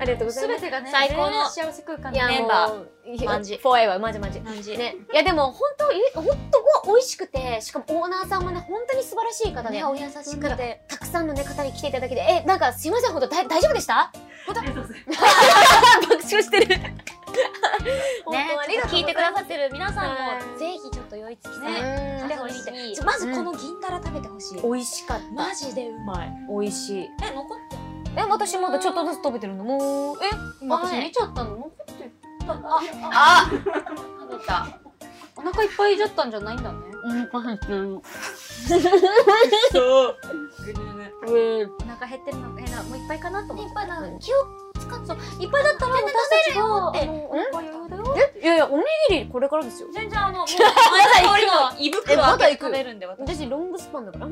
S1: ありがとうござい
S3: た。す
S1: ま
S3: べ
S1: す
S3: てがね、
S2: 最高の
S3: 幸せ空間
S1: い
S3: で
S1: や
S7: メンバ
S1: もう
S7: マジ
S1: フォーエバーマジマジね、いやでも本当い本当ご美味しくてしかもオーナーさんもね本当に素晴らしい方で、
S2: ねお優しくて
S1: たくさんの、ね、方に来ていただけてえなんかすいません本当だい大丈夫でした
S4: りがとうございます。
S1: 爆笑して (laughs) る本
S2: ね
S1: 当ありがとう
S2: 聞いてくださってる皆さん
S1: は
S2: も
S1: い
S2: ぜひちょっと酔いつきさん
S1: ね
S2: 来てほしい
S3: うん
S2: ちょまずこの銀だら食べてほしい、
S1: 美味しかった
S2: マジでうまい
S1: 美味しい
S2: え残って
S1: え私まだちょっとずつ食べてるのもうえ
S3: 私見ちゃったの残ってる
S7: 食べた
S3: お腹いっぱいだったんじゃないんだね。
S7: そう
S3: お腹減ってるの、えな、もういっぱいかなと思っ
S2: い
S3: て
S2: っ。ぱいな気を使うそういっぱいだったら
S3: 私たちが、
S2: べる
S3: あのお腹余裕だよ。
S1: えいやいやおにぎりこれからですよ
S7: 全
S2: (laughs)
S7: 然あのもう前の通りの胃袋を開けて食べるんで私
S1: 私ロングスパンだから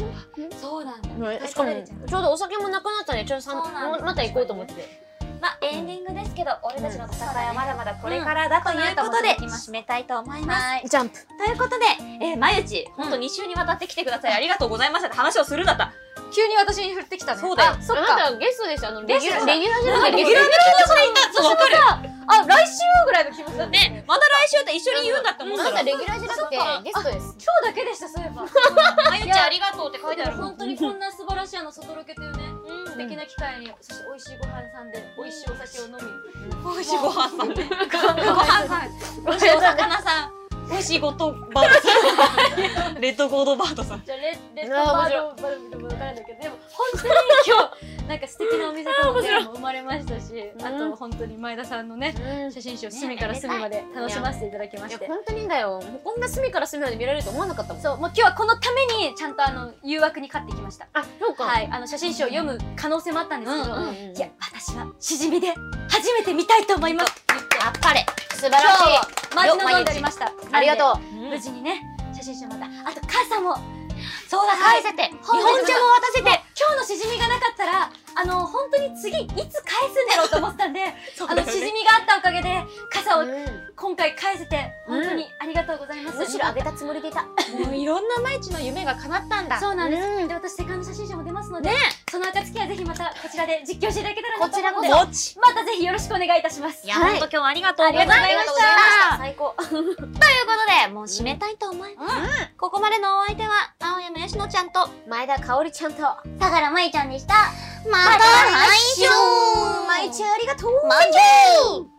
S2: そうなんだ
S1: しかもちょうどお酒もなくなったねちょうどさん
S2: そうなんです
S1: また行こうと思ってて
S2: まあエンディングですけど俺たちの戦いはまだまだこれからだということで締めたいと思います
S1: ジャンプ
S7: ということで、えー、まゆち、ほんと2週にわたって来てください。ありがとうございましたって話をするんだった。
S3: 急に私に降ってきたね。
S7: そうだよ
S3: あそっ
S1: あ
S3: か。
S1: なたゲストでしょあのレギュラーレギュラーじゃ
S7: な
S1: なんくて
S7: か
S1: ゲ
S7: レギ
S1: ス
S7: ュ
S1: ト
S7: ラーで気持ちでいった。そう、わかる。
S3: あ、来週ぐらいの気持ちだった。今
S7: ね、また来週って一緒に言うんだって思っ
S1: あ
S7: た
S1: なた
S7: ら。
S1: レギュラーじゃなくてゲストです
S3: 日だけでした、そういえば。
S7: まゆちありがとうって書いてあるもん。
S3: 本当にこんな素晴らしいあの外ロケというね、素敵な機会に、そして美味しいご飯さんで、美味しいお酒を飲み、
S7: 美味しいご飯さんね。
S3: ご飯さん、
S7: 美味しいお魚さん。美味しいゴッドバードさん。レッドゴードバードさん。
S3: じゃあレレッドバードバルブルもわからないけどでも本当に今日なんか素敵なお店との出会いも生まれましたし、あと本当に前田さんのね写真集を隅から隅まで楽しませていただきま
S1: い
S3: し
S1: や
S3: て。
S1: 本当にだよもうこんな隅から隅まで見られると思わなかったもん
S3: そうもう今日はこのためにちゃんとあの誘惑に勝ってきました。
S1: あそうか
S3: はい、あの写真集を読む可能性もあったんですけど、
S1: うんうんうん
S3: いや私はしじみで初めて見たいと思います。
S7: あっぱれ。
S1: 素晴らしい
S3: マジの飲んでおりました。
S1: ありが
S3: う。
S1: とう
S3: 無事にね写真集またあと傘も
S1: そうだ、
S3: はい
S1: 返せて。日
S2: 本
S1: 本
S2: 日
S1: 茶
S2: の
S1: も渡せて。
S2: 今日のしじみがなかったら、あの、本当に次、いつ返すんだろうと思ってたんで、あの、しじみがあったおかげで、傘を今回返せて、本当にありがとうございます。
S3: むしろあげたつもりでいた。
S1: もういろんな毎日の夢が叶ったんだ。
S2: そうなんです。で、私、セカンド写真集も出ますので、その暁はぜひまたこちらで実況していただけたらなと思うので、
S1: もち。
S2: またぜひよろしくお願いいたします。
S1: いや、本当今日はありがとうございました。
S2: 最高。
S1: (laughs) ということで、もう締めたいと思います。ここまでのお相手は、青山よしのちゃんと、
S3: 前田香織ちゃんと、
S1: だからまいちゃんでした。また来週
S3: 毎日ありがとう
S1: また来週